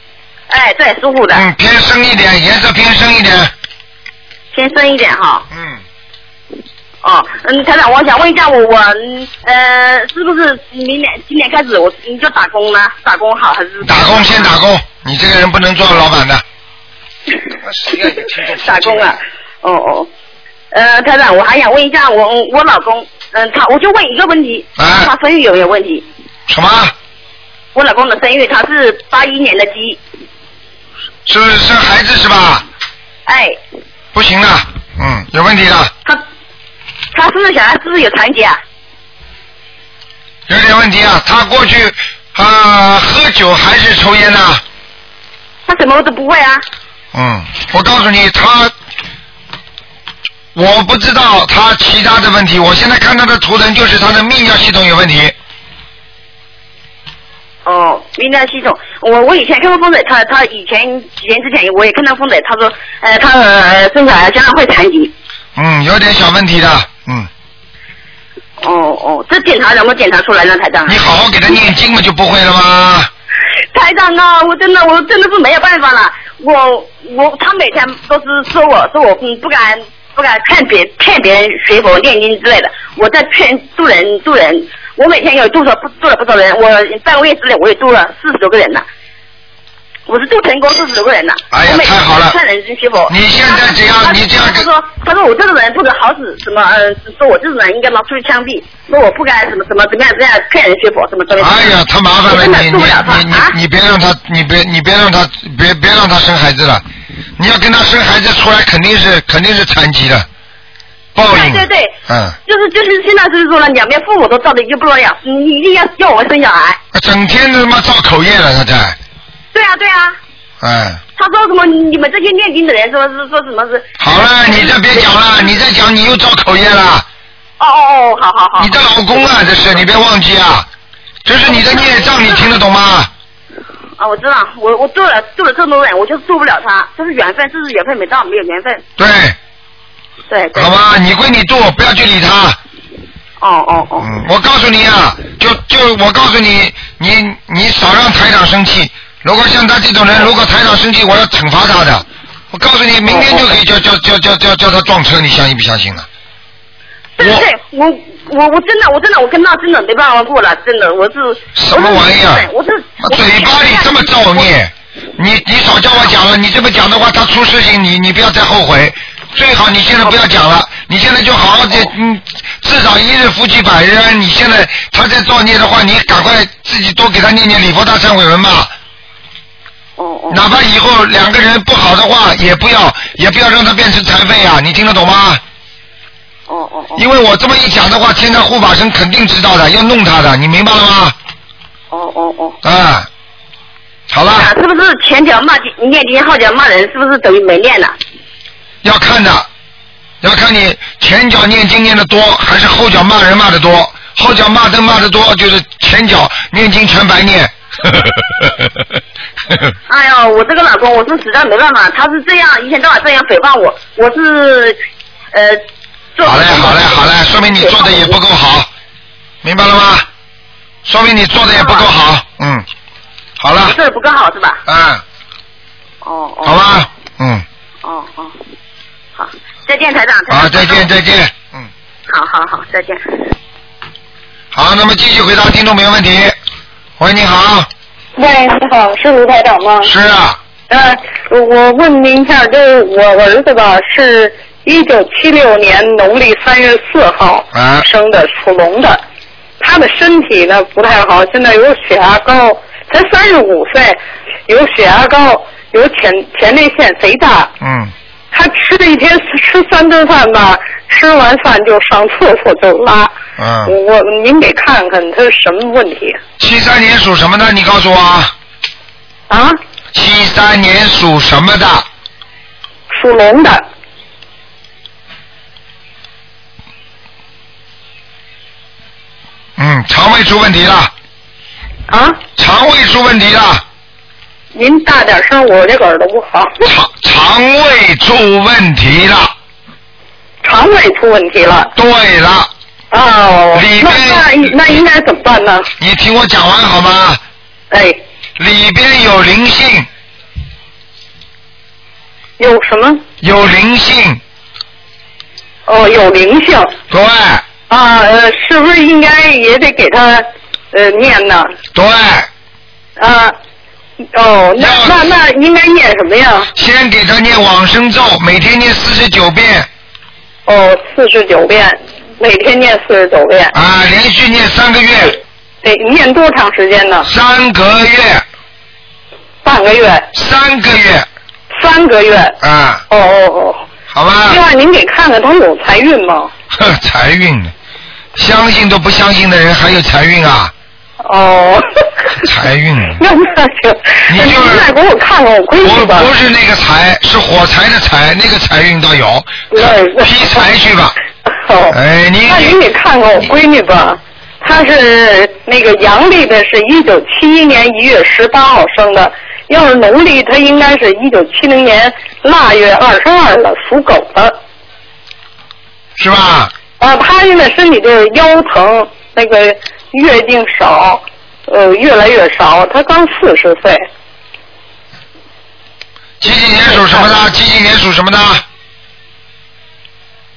[SPEAKER 4] 哎，对，属虎的，
[SPEAKER 1] 嗯，偏深一点，颜色偏深一点，
[SPEAKER 4] 偏深一点哈。
[SPEAKER 1] 嗯，
[SPEAKER 4] 哦，嗯，台长，我想问一下我我嗯呃，是不是明年今年开始我你就打工呢？打工好还是
[SPEAKER 1] 打工 先打工，你这个人不能做老板的，
[SPEAKER 4] 打工啊，哦哦。呃，台长，我还想问一下我我老公，嗯、他我就问一个问题，
[SPEAKER 1] 啊
[SPEAKER 4] 他生育有没有问题？
[SPEAKER 1] 什么？
[SPEAKER 4] 我老公的生育他是八一年的鸡，
[SPEAKER 1] 是不是生孩子是吧？
[SPEAKER 4] 哎，
[SPEAKER 1] 不行的，嗯，有问题的，
[SPEAKER 4] 他他是不是小孩是不是有残疾啊？
[SPEAKER 1] 有点问题啊。他过去啊、喝酒还是抽烟呢、
[SPEAKER 4] 他什么都不会啊。
[SPEAKER 1] 嗯，我告诉你，他，我不知道他其他的问题。我现在看他的图腾，就是他的泌尿系统有问题。
[SPEAKER 4] 哦，泌尿系统，我我以前看过风水，他他以前几年之前我也看到风水，他说，呃，他呃生小孩将来会残疾。
[SPEAKER 1] 嗯，有点小问题的。嗯，
[SPEAKER 4] 哦哦，这检查能不能检查出来呢，台长？
[SPEAKER 1] 你好好给他念经嘛，就不会了吗？
[SPEAKER 4] 台长啊，我真的我真的是没有办法了，我我他每天都是说我说我嗯不敢不敢看别骗别人学佛念经之类的，我在劝渡人渡人，我每天有渡了不渡了不少人，我半个月之内我也渡了四十多个人了。我是渡成功四十多个人了，
[SPEAKER 1] 哎呀
[SPEAKER 4] 我每天
[SPEAKER 1] 太好了
[SPEAKER 4] 看人学佛。
[SPEAKER 1] 你现在这样
[SPEAKER 4] 他
[SPEAKER 1] 你这样
[SPEAKER 4] 他说他说我这种人不可好使，什么嗯、呃，说我这种人应该拿出去枪毙，说我不该什么什么怎么样怎么样骗人学佛什么之类的。
[SPEAKER 1] 哎呀，太麻烦了，
[SPEAKER 4] 我真的
[SPEAKER 1] 你
[SPEAKER 4] 受不了他
[SPEAKER 1] 你你
[SPEAKER 4] 啊
[SPEAKER 1] 你你别让他，你别你别让他，别别让他生孩子了。你要跟他生孩子出来，肯定是肯定是残疾的，报应。
[SPEAKER 4] 对对对
[SPEAKER 1] 嗯，
[SPEAKER 4] 就是就是现在就是说了，两边父母都照的就不得了，你一定要要我生小孩。
[SPEAKER 1] 整天他妈造口业了，他在。
[SPEAKER 4] 对啊对啊，
[SPEAKER 1] 嗯。
[SPEAKER 4] 他说什么你你们这些念经的人说是说什么是？
[SPEAKER 1] 好了，你这别讲了，你再讲你又造口业了。
[SPEAKER 4] 哦哦哦，好好好
[SPEAKER 1] 你，的老公啊，这是你别忘记啊，这是你的孽障，你听得懂吗？
[SPEAKER 4] 啊我知道，我我做了做了这么多人，我就是做不了他，这是缘分，这是缘分没到，没有缘分，
[SPEAKER 1] 对，
[SPEAKER 4] 对对
[SPEAKER 1] 好，吧，你归你度，不要去理他。
[SPEAKER 4] 哦哦哦，
[SPEAKER 1] 嗯，我告诉你啊，就就我告诉你，你你少让台长生气。如果像他这种
[SPEAKER 4] 哦
[SPEAKER 1] 人，如果台长生气，我要惩罚他的。我告诉你，明天就可
[SPEAKER 4] 哦
[SPEAKER 1] 以叫叫叫叫叫叫他撞车，你相信不相信啊了？
[SPEAKER 4] 对对对，我我我真的我真的我跟他真的没办法过了，真的我是
[SPEAKER 1] 什么玩意儿？
[SPEAKER 4] 我是
[SPEAKER 1] 妈啊嘴巴里这么造孽，你你少叫我讲了，你这么讲的话，他出事情你你不要再后悔，最好你现在不要讲了，你现在就好好的，嗯，至少一日夫妻百日啊恩。你现在他在造孽的话，你赶快自己多给他念念礼佛大忏悔文吧。
[SPEAKER 4] 哦哦，
[SPEAKER 1] 哪怕以后两个人不好的话，也不要也不要让他变成残废啊！你听得懂吗？
[SPEAKER 4] 哦哦哦
[SPEAKER 1] 因为我这么一讲的话，天上护法神肯定知道的，要弄他的，你明白了吗？
[SPEAKER 4] 哦哦哦。
[SPEAKER 1] 啊，好了，
[SPEAKER 4] 啊，是不是前脚骂经念经，后脚骂人，是不是等于没念了？
[SPEAKER 1] 要看的，要看你前脚念经念的多，还是后脚骂人骂的多。后脚骂人骂的多，就是前脚念经全白 念。
[SPEAKER 4] 哎呦，我这个老公，我是实在没办法，他是这样一天到晚这样诽谤我，我是呃做
[SPEAKER 1] 好嘞，好嘞，好嘞，说明你做的也不够好，明白了吗？说明你做的也不够好，嗯，好了，
[SPEAKER 4] 做的不够好是吧？
[SPEAKER 1] 嗯，
[SPEAKER 4] 哦哦，
[SPEAKER 1] 好吧，嗯，
[SPEAKER 4] 哦哦，好，再见台长。
[SPEAKER 1] 好，再见，再。见，嗯，
[SPEAKER 4] 好好好，再见。
[SPEAKER 1] 好，那么继续回答听众朋友问题。喂，你好，
[SPEAKER 6] 喂，你好，是卢台长吗？
[SPEAKER 1] 是啊，
[SPEAKER 6] 呃，我问您一下，就是我儿子吧，是一九七六年农历三月四号
[SPEAKER 1] 啊
[SPEAKER 6] 生的，属龙的。他的身体呢 不太好，哦现在有血压高，才三十五岁，有血压高，有前前列腺肥大。
[SPEAKER 1] 嗯，
[SPEAKER 6] 他吃了一天吃三顿饭吧，吃完饭就上厕所就拉。
[SPEAKER 1] 嗯
[SPEAKER 6] 我您给看看他是什么问题
[SPEAKER 1] 七三年属什么的？你告诉我啊，
[SPEAKER 6] 啊？
[SPEAKER 1] 七三年属什么的？
[SPEAKER 6] 属龙的。
[SPEAKER 1] 嗯，肠胃出问题了，
[SPEAKER 6] 啊，
[SPEAKER 1] 肠胃出问题了，
[SPEAKER 6] 您大点声，我这个耳朵不好，
[SPEAKER 1] 肠肠胃出问题了。
[SPEAKER 6] 肠胃出问题了。
[SPEAKER 1] 对了，
[SPEAKER 6] 哦，
[SPEAKER 1] 里
[SPEAKER 6] 那那
[SPEAKER 1] 面
[SPEAKER 6] 应那应该怎么办呢？
[SPEAKER 1] 你听我讲完好吗？
[SPEAKER 6] 哎，
[SPEAKER 1] 里边有灵性，
[SPEAKER 6] 有什么？
[SPEAKER 1] 有灵性，
[SPEAKER 6] 哦，有灵性
[SPEAKER 1] 对
[SPEAKER 6] 啊，呃，是不是应该也得给他呃念呢？
[SPEAKER 1] 对，
[SPEAKER 6] 啊，哦，那
[SPEAKER 1] 要
[SPEAKER 6] 那那应该念什么呀？
[SPEAKER 1] 先给他念往生咒，每天念四十九遍
[SPEAKER 6] 哦，四十九遍，每天念四十九遍。
[SPEAKER 1] 啊，连续念三个月，
[SPEAKER 6] 得念多长时间呢？
[SPEAKER 1] 三个月，
[SPEAKER 6] 半个月，
[SPEAKER 1] 三个月
[SPEAKER 6] 三个月。
[SPEAKER 1] 啊，
[SPEAKER 6] 哦哦
[SPEAKER 1] 好
[SPEAKER 6] 哦。另
[SPEAKER 1] 吧？
[SPEAKER 6] 外，您给看看他有财运吗？
[SPEAKER 1] 呵， 财运呢？相信都不相信的人还有财运啊？
[SPEAKER 6] 哦。
[SPEAKER 1] 财运呢？
[SPEAKER 6] 那那行，
[SPEAKER 1] 你
[SPEAKER 6] 那
[SPEAKER 1] 就是
[SPEAKER 6] 您再给我看看，我
[SPEAKER 1] 不
[SPEAKER 6] 闺女吧。
[SPEAKER 1] 不是那个财，是火柴的财，那个财运倒有，
[SPEAKER 6] 那
[SPEAKER 1] 劈柴去吧。
[SPEAKER 6] 哦。
[SPEAKER 1] 哎，你
[SPEAKER 6] 那您给看看我闺女吧，她是那个阳历的是一九七一年一月十八号生的，要是农历她应该是一九七零年腊月二十二了，属狗的。
[SPEAKER 1] 是吧？
[SPEAKER 6] 啊，她现在身体就是腰疼，那个月经少，呃，越来越少。她刚四十岁，
[SPEAKER 1] 几几年属什么的？几几年属什么的？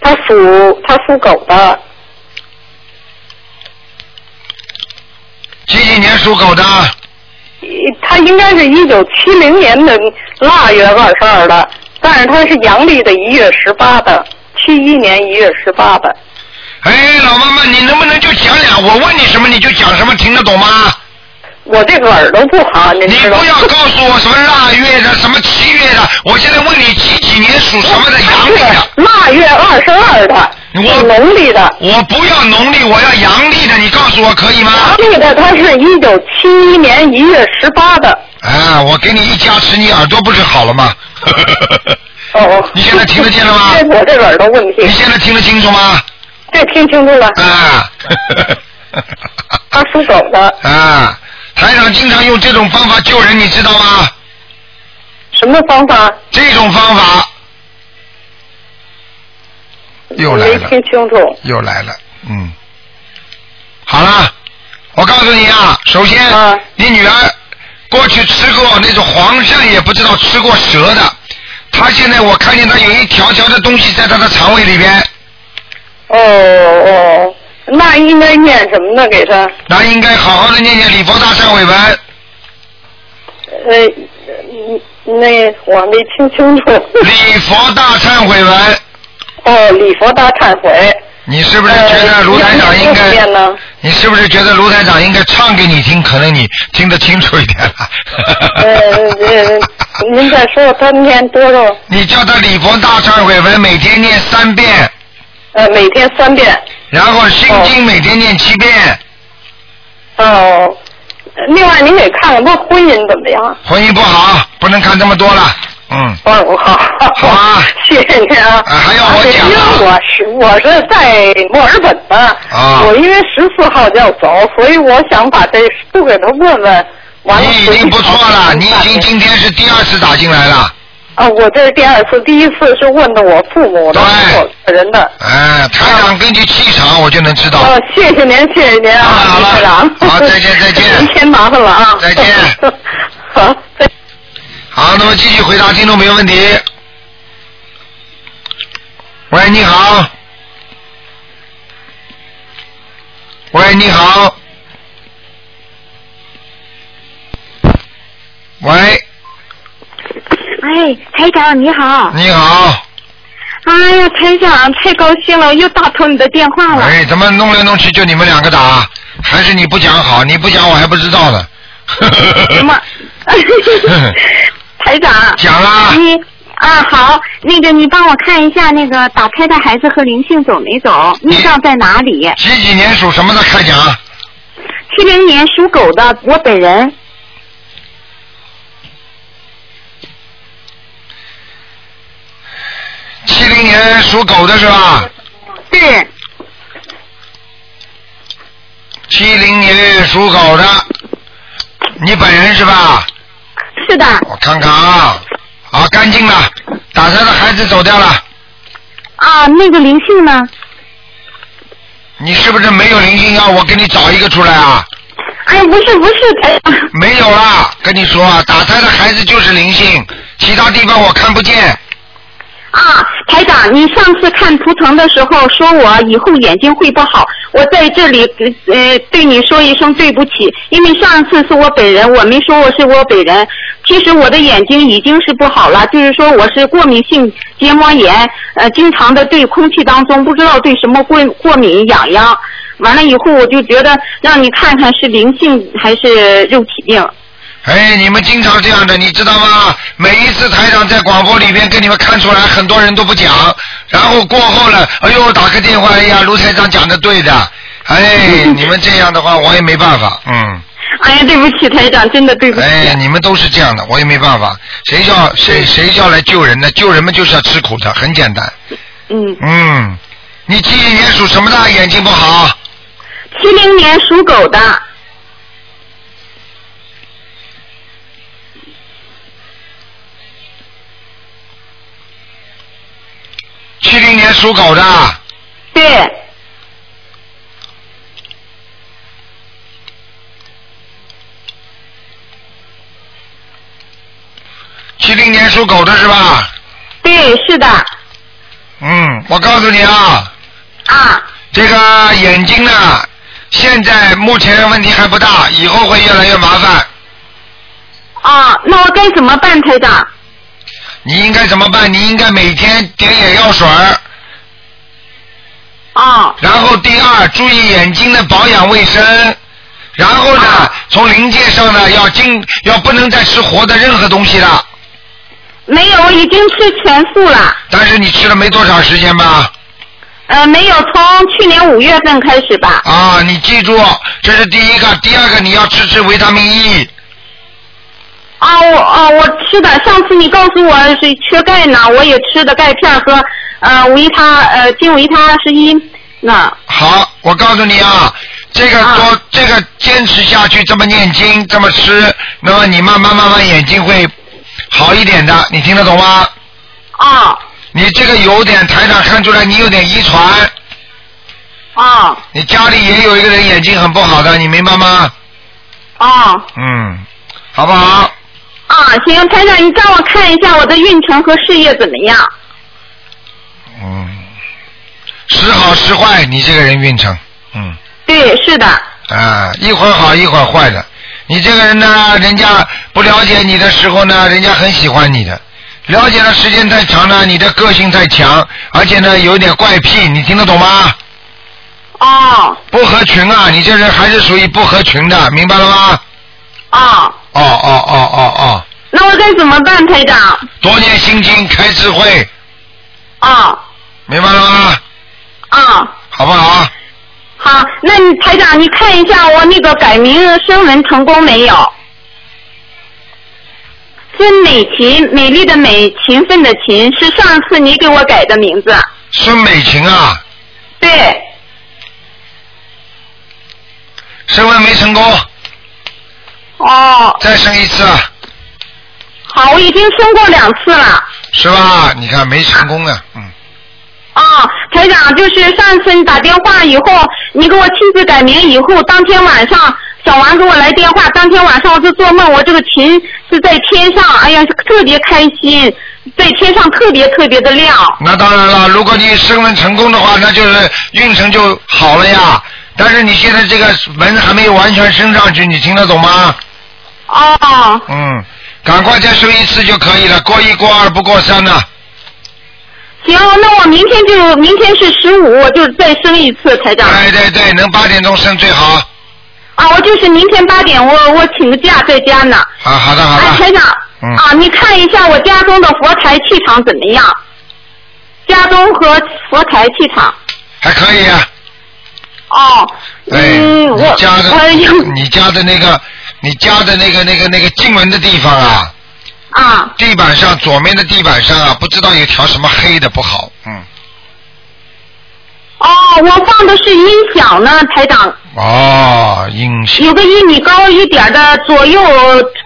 [SPEAKER 6] 她属她属狗的，
[SPEAKER 1] 几几年属狗的？
[SPEAKER 6] 一她应该是一九七零年的腊月二十二的，但是她是阳历的一月十八的，七一年一月十八的。
[SPEAKER 1] 哎，老妈妈，你能不能就讲讲？我问你什么你就讲什么，听得懂吗？
[SPEAKER 6] 我这个耳朵不好，您
[SPEAKER 1] 你
[SPEAKER 6] 知道
[SPEAKER 1] 不
[SPEAKER 6] 吗？
[SPEAKER 1] 要告诉我什么腊月的，什么七月的。我现在问你几几年属什么的阳历的？
[SPEAKER 6] 是腊月二十二的，
[SPEAKER 1] 我
[SPEAKER 6] 是农历的，
[SPEAKER 1] 我不要农历，我要阳历的，你告诉我可以吗
[SPEAKER 6] 阳？历的它是一九七一年一月十八的。
[SPEAKER 1] 啊，我给你一加持，你耳朵不是好了吗？
[SPEAKER 6] 哦，
[SPEAKER 1] 你啊现在听得见了吗
[SPEAKER 6] 这是我这个耳朵问题
[SPEAKER 1] 你，现在听得清楚吗？
[SPEAKER 6] 这听清楚了，
[SPEAKER 1] 啊。
[SPEAKER 6] 他属狗的，
[SPEAKER 1] 啊，台长经常用这种方法救人，你知道吗？
[SPEAKER 6] 什么方法？
[SPEAKER 1] 这种方法又来
[SPEAKER 6] 没
[SPEAKER 1] 了，
[SPEAKER 6] 听清楚。
[SPEAKER 1] 又来了，嗯，好了，我告诉你啊，首先，
[SPEAKER 6] 啊
[SPEAKER 1] 你女儿过去吃过那种黄鳝，也不知道吃过蛇的，她现在我看见她有一条条的东西在她的肠胃里边，
[SPEAKER 6] 哦哦，那应该念什么呢？给他？
[SPEAKER 1] 那应该好好的念念礼佛大忏悔文，
[SPEAKER 6] 呃，嗯那我没听清楚。
[SPEAKER 1] 礼佛大忏悔文，
[SPEAKER 6] 哦，礼佛大忏悔。
[SPEAKER 1] 你是不是觉得卢台长应该
[SPEAKER 6] 呃你要念不念呢？
[SPEAKER 1] 你是不是觉得卢台长应该唱给你听？可能你听得清楚一点了。
[SPEAKER 6] 呃呃，您再说他念多少？
[SPEAKER 1] 你叫他礼佛大忏悔文每天念三遍，
[SPEAKER 6] 呃，每天三遍。
[SPEAKER 1] 然后心经每天念七遍，
[SPEAKER 6] 哦。另外，您给看看他婚姻怎么样？
[SPEAKER 1] 婚姻不好，不能看这么多了。嗯，
[SPEAKER 6] 哦，好，
[SPEAKER 1] 好啊，
[SPEAKER 6] 谢谢您啊。
[SPEAKER 1] 啊还要我讲
[SPEAKER 6] 因为
[SPEAKER 1] 吗
[SPEAKER 6] 我是我是在墨尔本的，
[SPEAKER 1] 啊
[SPEAKER 6] 我因为十四号就要走，所以我想把这事都给他问问。完了
[SPEAKER 1] 你已经不错了，你已经
[SPEAKER 6] 经
[SPEAKER 1] 今天是第二次打进来了。
[SPEAKER 6] 啊，我这是第二次，第一次是问的我父母的，
[SPEAKER 1] 对
[SPEAKER 6] 我个人的。
[SPEAKER 1] 哎，台长根据气场我就能知道。
[SPEAKER 6] 呃，谢谢您，谢谢您啊，
[SPEAKER 1] 好了
[SPEAKER 6] 李科长。
[SPEAKER 1] 好再见再见
[SPEAKER 6] 您添麻烦了啊。
[SPEAKER 1] 再 见。
[SPEAKER 6] 好，再见。
[SPEAKER 1] 好，那么继续回答听众朋友问题。喂，你好。喂，你好。喂，
[SPEAKER 3] 哎，台长你好！
[SPEAKER 1] 你好。
[SPEAKER 3] 哎呀，台长太高兴了，又打通你的电话了。
[SPEAKER 1] 哎，怎么弄来弄去就你们两个打？还是你不讲好？你不讲我还不知道呢。
[SPEAKER 3] 什么？台长，
[SPEAKER 1] 讲啦。
[SPEAKER 3] 你啊好，那个你帮我看一下那个打胎的孩子和灵性走没走，
[SPEAKER 1] 你
[SPEAKER 3] 孽障在哪里？
[SPEAKER 1] 几几年属什么的？开讲。
[SPEAKER 3] 七零年属狗的，我本人。
[SPEAKER 1] 七零年属狗的是吧？
[SPEAKER 3] 是
[SPEAKER 1] 七零年属狗的，你本人是吧？
[SPEAKER 3] 是的，
[SPEAKER 1] 我看看啊，啊，干净了，打胎的孩子走掉了，
[SPEAKER 3] 啊那个灵性呢？
[SPEAKER 1] 你是不是没有灵性啊？我给你找一个出来啊，
[SPEAKER 3] 哎不是不是台长，
[SPEAKER 1] 没有啦，跟你说啊，打胎的孩子就是灵性，其他地方我看不见。
[SPEAKER 3] 啊，台长，你上次看图腾的时候说我以后眼睛会不好，我在这里呃对你说一声对不起，因为上次是我本人，我没说我是我本人。其实我的眼睛已经是不好了，就是说我是过敏性结膜炎，呃，经常的对空气当中不知道对什么过过敏痒痒。完了以后我就觉得让你看看是灵性还是肉体病。
[SPEAKER 1] 哎，你们经常这样的，你知道吗？每一次台长在广播里面跟你们看出来，很多人都不讲，然后过后了，哎呦，打个电话，哎呀，卢台长讲的对的，哎，你们这样的话我也没办法，嗯。
[SPEAKER 3] 哎呀，对不起，台长，真的对不起。啊
[SPEAKER 1] 哎，你们都是这样的，我也没办法。谁叫谁谁叫来救人的？救人们就是要吃苦的，很简单。
[SPEAKER 3] 嗯，
[SPEAKER 1] 嗯，你几几年属什么的？眼睛不好，
[SPEAKER 3] 七零年属狗的。
[SPEAKER 1] 七零年属狗的，
[SPEAKER 3] 对，
[SPEAKER 1] 七零年属狗的是吧？
[SPEAKER 3] 对，是的，
[SPEAKER 1] 嗯，我告诉你啊，
[SPEAKER 3] 啊，
[SPEAKER 1] 这个眼睛呢，现在目前问题还不大，以后会越来越麻烦。
[SPEAKER 3] 啊，那我该怎么办，台长？
[SPEAKER 1] 你应该怎么办？你应该每天点眼药水儿，
[SPEAKER 3] 啊，
[SPEAKER 1] 然后第二，注意眼睛的保养卫生。然后呢，
[SPEAKER 3] 啊
[SPEAKER 1] 从临界上呢，要经要不能再吃活的任何东西了。
[SPEAKER 3] 没有，我已经吃全素了，
[SPEAKER 1] 但是你吃了没多长时间吧？
[SPEAKER 3] 呃，没有，从去年五月份开始吧。
[SPEAKER 1] 啊，你记住，这是第一个，第二个你要吃吃维他命 E。
[SPEAKER 3] 啊，我啊，我吃的，上次你告诉我是缺钙呢，我也吃的钙片和呃维他呃金维他十一呢。
[SPEAKER 1] 好，我告诉你啊，这个
[SPEAKER 3] 啊
[SPEAKER 1] 多这个坚持下去，这么念经，这么吃，那么你慢慢慢慢眼睛会好一点的，你听得懂吗？
[SPEAKER 3] 啊
[SPEAKER 1] 你这个有点台长看出来你有点遗传，
[SPEAKER 3] 啊
[SPEAKER 1] 你家里也有一个人眼睛很不好的，你明白吗？
[SPEAKER 3] 啊
[SPEAKER 1] 嗯，好不好？
[SPEAKER 3] 啊！行，台长，你让我看一下我的运程和事业怎么样？
[SPEAKER 1] 嗯，时好时坏，你这个人运程，嗯
[SPEAKER 3] 对，是的，
[SPEAKER 1] 啊，一会儿好一会儿坏的。你这个人呢，人家不了解你的时候呢，人家很喜欢你的；了解的时间太长呢，你的个性太强，而且呢有点怪癖，你听得懂吗？
[SPEAKER 4] 哦
[SPEAKER 1] 不合群啊，你这人还是属于不合群的，明白了吗？
[SPEAKER 4] 哦，
[SPEAKER 1] 哦哦哦哦哦，
[SPEAKER 4] 那我该怎么办，台长？
[SPEAKER 1] 多念心经，开智慧，
[SPEAKER 4] 哦
[SPEAKER 1] 明白了吗？
[SPEAKER 4] 哦，
[SPEAKER 1] 好不好？
[SPEAKER 4] 好，那你台长你看一下我那个改名声纹成功没有？是美琴，美丽的美，勤奋的勤，是上次你给我改的名字。
[SPEAKER 1] 孙美琴啊，
[SPEAKER 4] 对，
[SPEAKER 1] 升温没成功，
[SPEAKER 4] 哦，
[SPEAKER 1] 再升一次，啊
[SPEAKER 4] 好，我已经生过两次了。
[SPEAKER 1] 是吧？你看没成功啊，嗯，
[SPEAKER 4] 哦，台长，就是上次你打电话以后，你给我亲自改名以后，当天晚上小王给我来电话，当天晚上我就做梦，我这个琴是在天上，哎呀，特别开心，在天上特别特别的亮。
[SPEAKER 1] 那当然了，如果你升温成功的话，那就是运程就好了呀。但是你现在这个门还没有完全升上去，你听得懂吗？
[SPEAKER 4] 哦，
[SPEAKER 1] 嗯，赶快再升一次就可以了，过一过二不过三呢、
[SPEAKER 4] 行，那我明天就明天是十五，我就再升一次，台长。
[SPEAKER 1] 对对对，能八点钟升最好。
[SPEAKER 4] 啊，我就是明天八点，我我请个假在家呢。
[SPEAKER 1] 啊，好的好
[SPEAKER 4] 哎，
[SPEAKER 1] 的。
[SPEAKER 4] 台长，
[SPEAKER 1] 嗯
[SPEAKER 4] 啊，你看一下我家中的佛台气场怎么样？家中和佛台气场。
[SPEAKER 1] 还可以啊。
[SPEAKER 4] 哦，
[SPEAKER 1] 哎，
[SPEAKER 4] 嗯，我
[SPEAKER 1] 你家
[SPEAKER 4] 我
[SPEAKER 1] 的
[SPEAKER 4] 有
[SPEAKER 1] 你家的那个你家的那个那个那个进门的地方啊，
[SPEAKER 4] 啊，
[SPEAKER 1] 地板上左面的地板上啊，不知道有条什么黑的不好，嗯。
[SPEAKER 4] 哦，我放的是音响呢，台长，
[SPEAKER 1] 哦，阴性。
[SPEAKER 4] 有个一米高一点的左右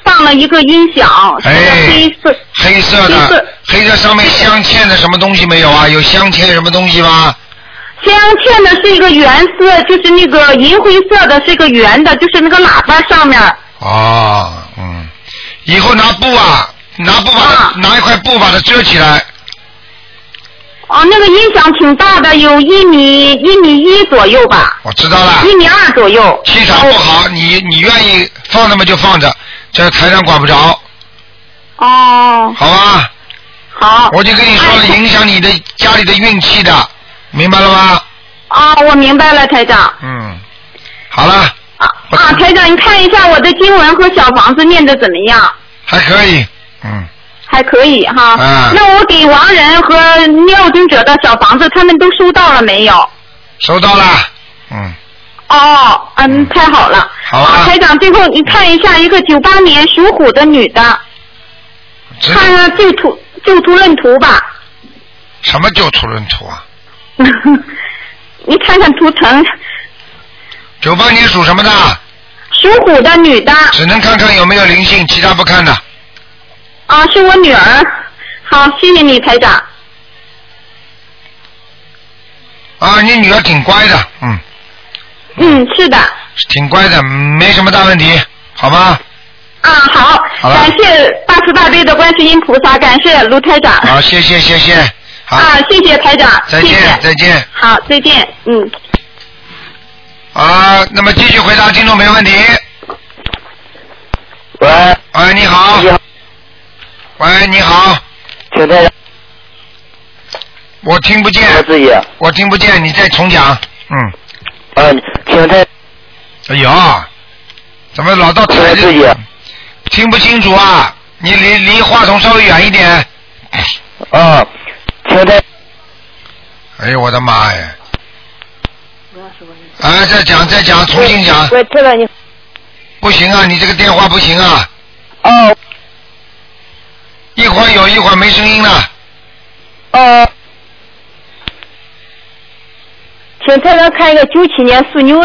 [SPEAKER 4] 放了一个音响，是个
[SPEAKER 1] 哎
[SPEAKER 4] 黑色，
[SPEAKER 1] 黑色
[SPEAKER 4] 黑
[SPEAKER 1] 的
[SPEAKER 4] 色，
[SPEAKER 1] 黑色上面镶嵌的什么东西没有啊？有镶嵌什么东西吗？
[SPEAKER 4] 镶嵌的是一个原色，就是那个银灰色的，是一个圆的，就是那个喇叭上面。
[SPEAKER 1] 哦，嗯，以后拿布啊，拿布把它、
[SPEAKER 4] 啊
[SPEAKER 1] 拿一块布把它遮起来，
[SPEAKER 4] 哦，那个音响挺大的，有一米一米一左右吧，
[SPEAKER 1] 我知道了。
[SPEAKER 4] 一米二左右。哦
[SPEAKER 1] 气场不好，你你愿意放着嘛就放着，这台上管不着，
[SPEAKER 4] 哦，
[SPEAKER 1] 好吧？
[SPEAKER 4] 好。哎
[SPEAKER 1] 我就跟你说了，影响你的家里的运气的，明白了吗？
[SPEAKER 4] 啊，我明白了，台长。
[SPEAKER 1] 嗯，好了，
[SPEAKER 4] 啊
[SPEAKER 1] 不
[SPEAKER 4] 啊，台长，你看一下我的经文和小房子念的怎么样？
[SPEAKER 1] 还可以，嗯，
[SPEAKER 4] 还可以哈。
[SPEAKER 1] 啊
[SPEAKER 4] 那我给亡人和尿经者的小房子，他们都收到了没有？
[SPEAKER 1] 收到了，嗯，
[SPEAKER 4] 哦，嗯，太好了。
[SPEAKER 1] 好啊
[SPEAKER 4] 台长，最后你看一下一个九八年属虎的女的，
[SPEAKER 1] 这
[SPEAKER 4] 看啊看救图 救图论图吧。
[SPEAKER 1] 什么叫图论图啊？
[SPEAKER 4] 你看看图腾，
[SPEAKER 1] 九八年属什么的？
[SPEAKER 4] 属虎的女的
[SPEAKER 1] 只能看看有没有灵性，其他不看的。
[SPEAKER 4] 啊，是我女儿。好，谢谢你，台长。
[SPEAKER 1] 啊，你女儿挺乖的，嗯，
[SPEAKER 4] 嗯，是的。
[SPEAKER 1] 挺乖的，没什么大问题，好吗？
[SPEAKER 4] 啊，好，
[SPEAKER 1] 好了
[SPEAKER 4] 感谢大慈大悲的观世音菩萨，感谢卢台长。
[SPEAKER 1] 好，谢谢谢谢，好，
[SPEAKER 4] 啊，谢谢台长，
[SPEAKER 1] 再见
[SPEAKER 4] 谢谢
[SPEAKER 1] 再见。
[SPEAKER 4] 好，再见，嗯。
[SPEAKER 1] 啊，那么继续回答听众没问题。
[SPEAKER 5] 喂，
[SPEAKER 1] 喂，你好
[SPEAKER 5] 你。好，
[SPEAKER 1] 喂，你好，
[SPEAKER 5] 请台长
[SPEAKER 1] 我听不见，
[SPEAKER 5] 我自己啊，
[SPEAKER 1] 我听不见，你再重讲。嗯，
[SPEAKER 5] 请台
[SPEAKER 1] 哎呦，怎么老到台
[SPEAKER 5] 我自己啊
[SPEAKER 1] 听不清楚啊？你离离话筒稍微远一点。
[SPEAKER 5] 啊，请台
[SPEAKER 1] 哎呦，我的妈呀！哎，再讲再讲，重新讲，
[SPEAKER 5] 喂，台长你
[SPEAKER 1] 不行啊，你这个电话不行啊，
[SPEAKER 5] 哦
[SPEAKER 1] 一会儿有一会儿没声音了。
[SPEAKER 6] 呃
[SPEAKER 5] 哦，请台长看一个九七年属牛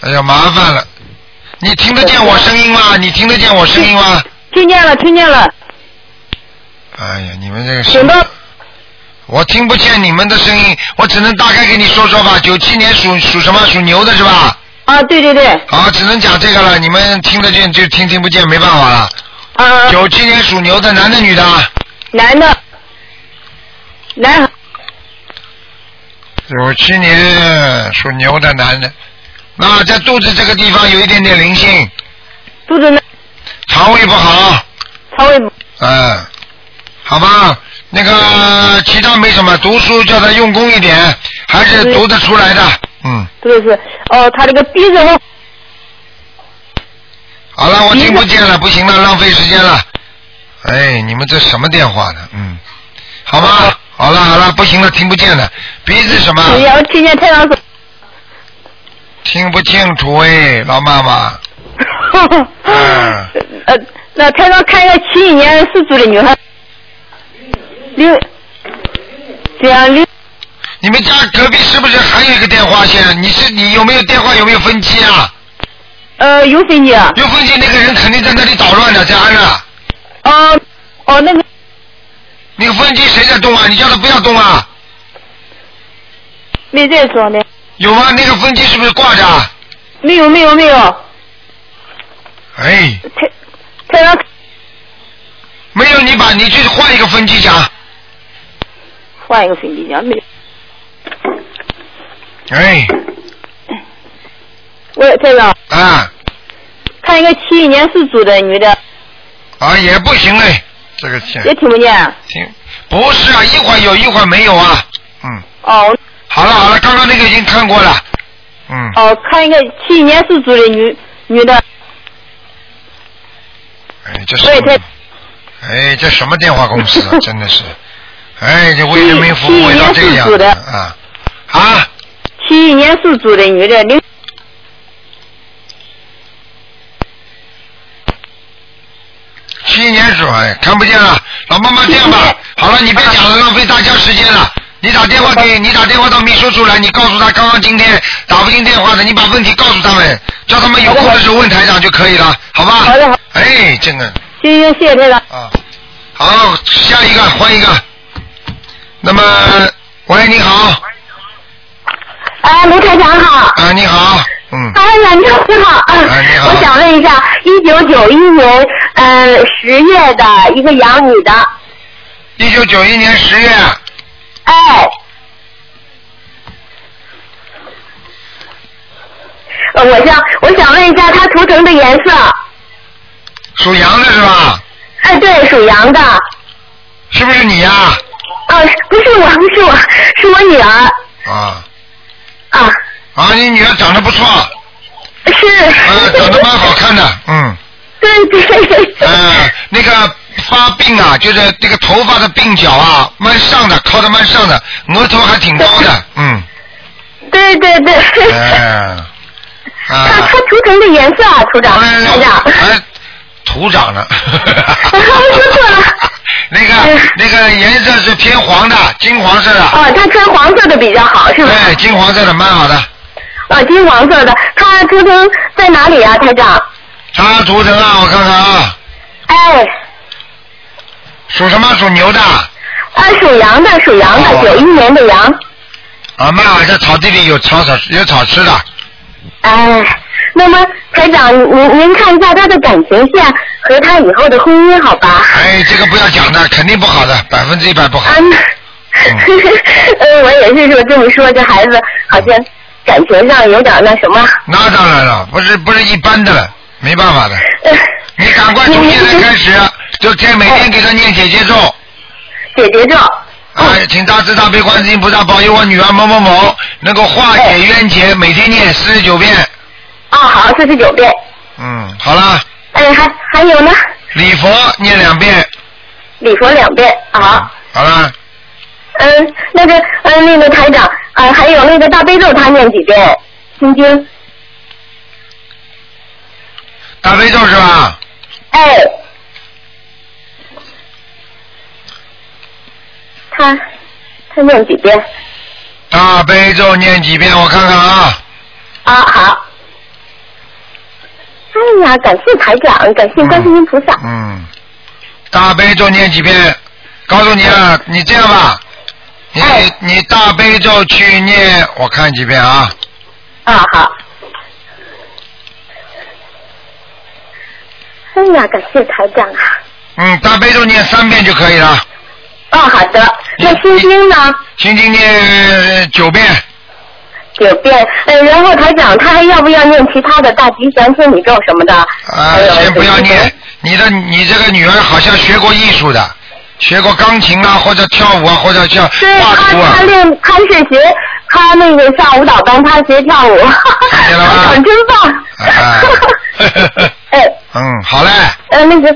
[SPEAKER 1] 哎呀，麻烦了，你听得见我声音吗？你听得见我声音吗？
[SPEAKER 5] 哎听见了，听见了，
[SPEAKER 1] 哎呀，你们这个
[SPEAKER 5] 请
[SPEAKER 1] 声
[SPEAKER 5] 到，
[SPEAKER 1] 我听不见你们的声音，我只能大概给你说说吧。九七年属属什么？属牛的是吧？
[SPEAKER 5] 啊，对对对，
[SPEAKER 1] 好，只能讲这个了。你们听得见就听，听不见没办法了。
[SPEAKER 5] 啊，
[SPEAKER 1] 九七年属牛的，男的啊女的？
[SPEAKER 5] 男的，男孩，
[SPEAKER 1] 九七年属牛的男的，那在肚子这个地方有一点点灵性，
[SPEAKER 5] 肚子那
[SPEAKER 1] 肠胃不好，
[SPEAKER 5] 肠胃不
[SPEAKER 1] 嗯，好吧？那个其他没什么，读书叫他用功一点，还是读得出来的。嗯，
[SPEAKER 6] 对是，哦，他这个鼻子和
[SPEAKER 1] 啊好了，我听不见了，不行了，浪费时间了。哎，你们这什么电话呢？嗯，好吗？好了好了，不行了，听不见了。鼻子什么？
[SPEAKER 6] 哎呀，我听见太阳说，
[SPEAKER 1] 听不清楚哎，老妈妈。 嗯，
[SPEAKER 6] 呃，那太阳看一个七一年四组的女孩，六，这样六，
[SPEAKER 1] 你们家隔壁是不是还有一个电话线？你是你有没有电话？有没有分机啊？
[SPEAKER 6] 呃，有飞机啊？
[SPEAKER 1] 有分机，那个人肯定在那里捣乱的，在安着。
[SPEAKER 6] 哦，哦，那个
[SPEAKER 1] 那个分机谁在动啊？你叫他不要动啊！
[SPEAKER 6] 没在说呢，
[SPEAKER 1] 有吗？那个分机是不是挂着啊？
[SPEAKER 6] 没有没有没有，
[SPEAKER 1] 哎，
[SPEAKER 6] 太太阳
[SPEAKER 1] 没有，你把你去换一个分机讲。
[SPEAKER 6] 换一个飞机讲没有？
[SPEAKER 1] 哎，
[SPEAKER 6] 喂，太阳
[SPEAKER 1] 啊
[SPEAKER 6] 看一个七一年四组的女的，
[SPEAKER 1] 啊也不行哎，这个线
[SPEAKER 6] 也听不见。
[SPEAKER 1] 听不是啊，一会儿有一会儿没有啊。嗯，
[SPEAKER 6] 哦
[SPEAKER 1] 好了好了，刚刚那个已经看过了。嗯，
[SPEAKER 6] 哦，看一个七一年四组的女女的，
[SPEAKER 1] 哎这是
[SPEAKER 6] 喂，太
[SPEAKER 1] 哎这什么电话公司啊，真的是，哎这为人民服务为到这个样
[SPEAKER 6] 七一年四组
[SPEAKER 1] 子
[SPEAKER 6] 的
[SPEAKER 1] 啊啊！
[SPEAKER 6] 七一年四组的女的，零
[SPEAKER 1] 七年水，看不见了。老妈妈这样吧，好了，你别讲了，浪费大家时间了。你打电话给你打电话到秘书处来，你告诉他刚刚今天打不进电话的，你把问题告诉他们，叫他们有空的时候问台长就可以了，好吧？
[SPEAKER 6] 好的好。
[SPEAKER 1] 哎，这个
[SPEAKER 6] 行行，谢谢台长。
[SPEAKER 1] 啊，好，下一个换一个。那么，喂，你好，
[SPEAKER 4] 哎，卢台长好。
[SPEAKER 1] 啊，你好，嗯，
[SPEAKER 6] 啊
[SPEAKER 4] 哎呀，你好，你好，啊
[SPEAKER 1] 哎你好
[SPEAKER 4] 我想问一下，一九九一年，呃，十月的一个养女的，
[SPEAKER 1] 一九九一年十月，
[SPEAKER 4] 哎，呃，我想，我想问一下她图腾的颜色，
[SPEAKER 1] 属羊的是吧？
[SPEAKER 4] 哎，对，属羊的，
[SPEAKER 1] 是不是你呀、
[SPEAKER 4] 啊，不是我，不是我，是我女儿，
[SPEAKER 1] 啊？
[SPEAKER 4] 啊，
[SPEAKER 1] 啊你女儿长得不错，
[SPEAKER 4] 是，
[SPEAKER 1] 呃，长得蛮好看的，嗯。
[SPEAKER 4] 对对对，
[SPEAKER 1] 呃，那个发病啊，就是那个头发的鬓角啊，蛮上的，靠的蛮上的，额头还挺高 的，嗯，
[SPEAKER 4] 对对对，
[SPEAKER 1] 哎、
[SPEAKER 4] 她
[SPEAKER 1] 啊，
[SPEAKER 4] 她图腾的颜色啊，图长，台长，
[SPEAKER 1] 哎，土长 了，
[SPEAKER 4] 我说错了。
[SPEAKER 1] 那个那个颜色是偏黄的，金黄色的，
[SPEAKER 4] 哎哦，她穿黄色的比较好，是吧？
[SPEAKER 1] 对，金黄色的蛮好的。
[SPEAKER 4] 啊，金黄色的，它图腾在哪里啊，台长？
[SPEAKER 1] 它图腾啊，我看看啊，
[SPEAKER 4] 哎，
[SPEAKER 1] 属什么？属牛的，
[SPEAKER 4] 啊，属羊的，属羊
[SPEAKER 1] 哦
[SPEAKER 4] 的，九一年的羊。
[SPEAKER 1] 啊，蛮好，在草地里有草草有草吃的，
[SPEAKER 4] 哎，那么台长，您您看一下他的感情线和他以后的婚姻，好吧？啊
[SPEAKER 1] 哎，这个不要讲的，肯定不好的，百分之一百不好。
[SPEAKER 6] 啊
[SPEAKER 4] 嗯， 呃，我也是说这么说，这孩子好像感情上有点那什么。
[SPEAKER 1] 那当然了，不是不是一般的了，没办法的。
[SPEAKER 4] 呃
[SPEAKER 1] 你赶快从现在开始，就天每天给他念姐姐咒，
[SPEAKER 4] 解决咒，
[SPEAKER 1] 哎，请大慈大悲观世音菩萨保佑我女儿某某某能够化解冤结，每天念四十九遍。
[SPEAKER 4] 啊，好，四十九遍。
[SPEAKER 1] 嗯，好啦，
[SPEAKER 4] 哎，还还有呢，
[SPEAKER 1] 礼佛念两遍。
[SPEAKER 4] 礼佛两遍，好。
[SPEAKER 1] 好啦，
[SPEAKER 4] 嗯，那个，嗯，那个台长，呃，还有那个大悲咒，他念几遍？心经，
[SPEAKER 1] 大悲咒是吧？
[SPEAKER 4] 哎，他他念几遍？
[SPEAKER 1] 大悲咒念几遍？我看看啊，
[SPEAKER 4] 啊，好。哎呀，感谢台长，感谢观世音菩萨。
[SPEAKER 1] 嗯，大悲咒念几遍？告诉你啊，你这样吧，你
[SPEAKER 4] 哎
[SPEAKER 1] 你大悲咒去念，我看几遍啊。
[SPEAKER 4] 啊，好。哎呀，感谢台长啊！
[SPEAKER 1] 嗯，大悲咒念三遍就可以了，
[SPEAKER 4] 哦，好的。那心经呢？
[SPEAKER 1] 心经念呃九遍，
[SPEAKER 4] 九遍。呃，然后台长，他还要不要念其他的大吉祥天女咒什么的？
[SPEAKER 1] 啊、
[SPEAKER 4] 还有
[SPEAKER 1] 先不要
[SPEAKER 4] 就是
[SPEAKER 1] 念。你的你这个女儿好像学过艺术的，学过钢琴啊，或者跳舞啊，或者像
[SPEAKER 6] 对
[SPEAKER 1] 画
[SPEAKER 6] 他
[SPEAKER 1] 图啊
[SPEAKER 6] 他。练他是学他那个上舞蹈班，他学跳舞，
[SPEAKER 1] 看见了吗
[SPEAKER 6] 长真棒。
[SPEAKER 1] 啊，
[SPEAKER 4] 哎
[SPEAKER 6] 呃
[SPEAKER 1] 嗯，好嘞，
[SPEAKER 6] 呃那个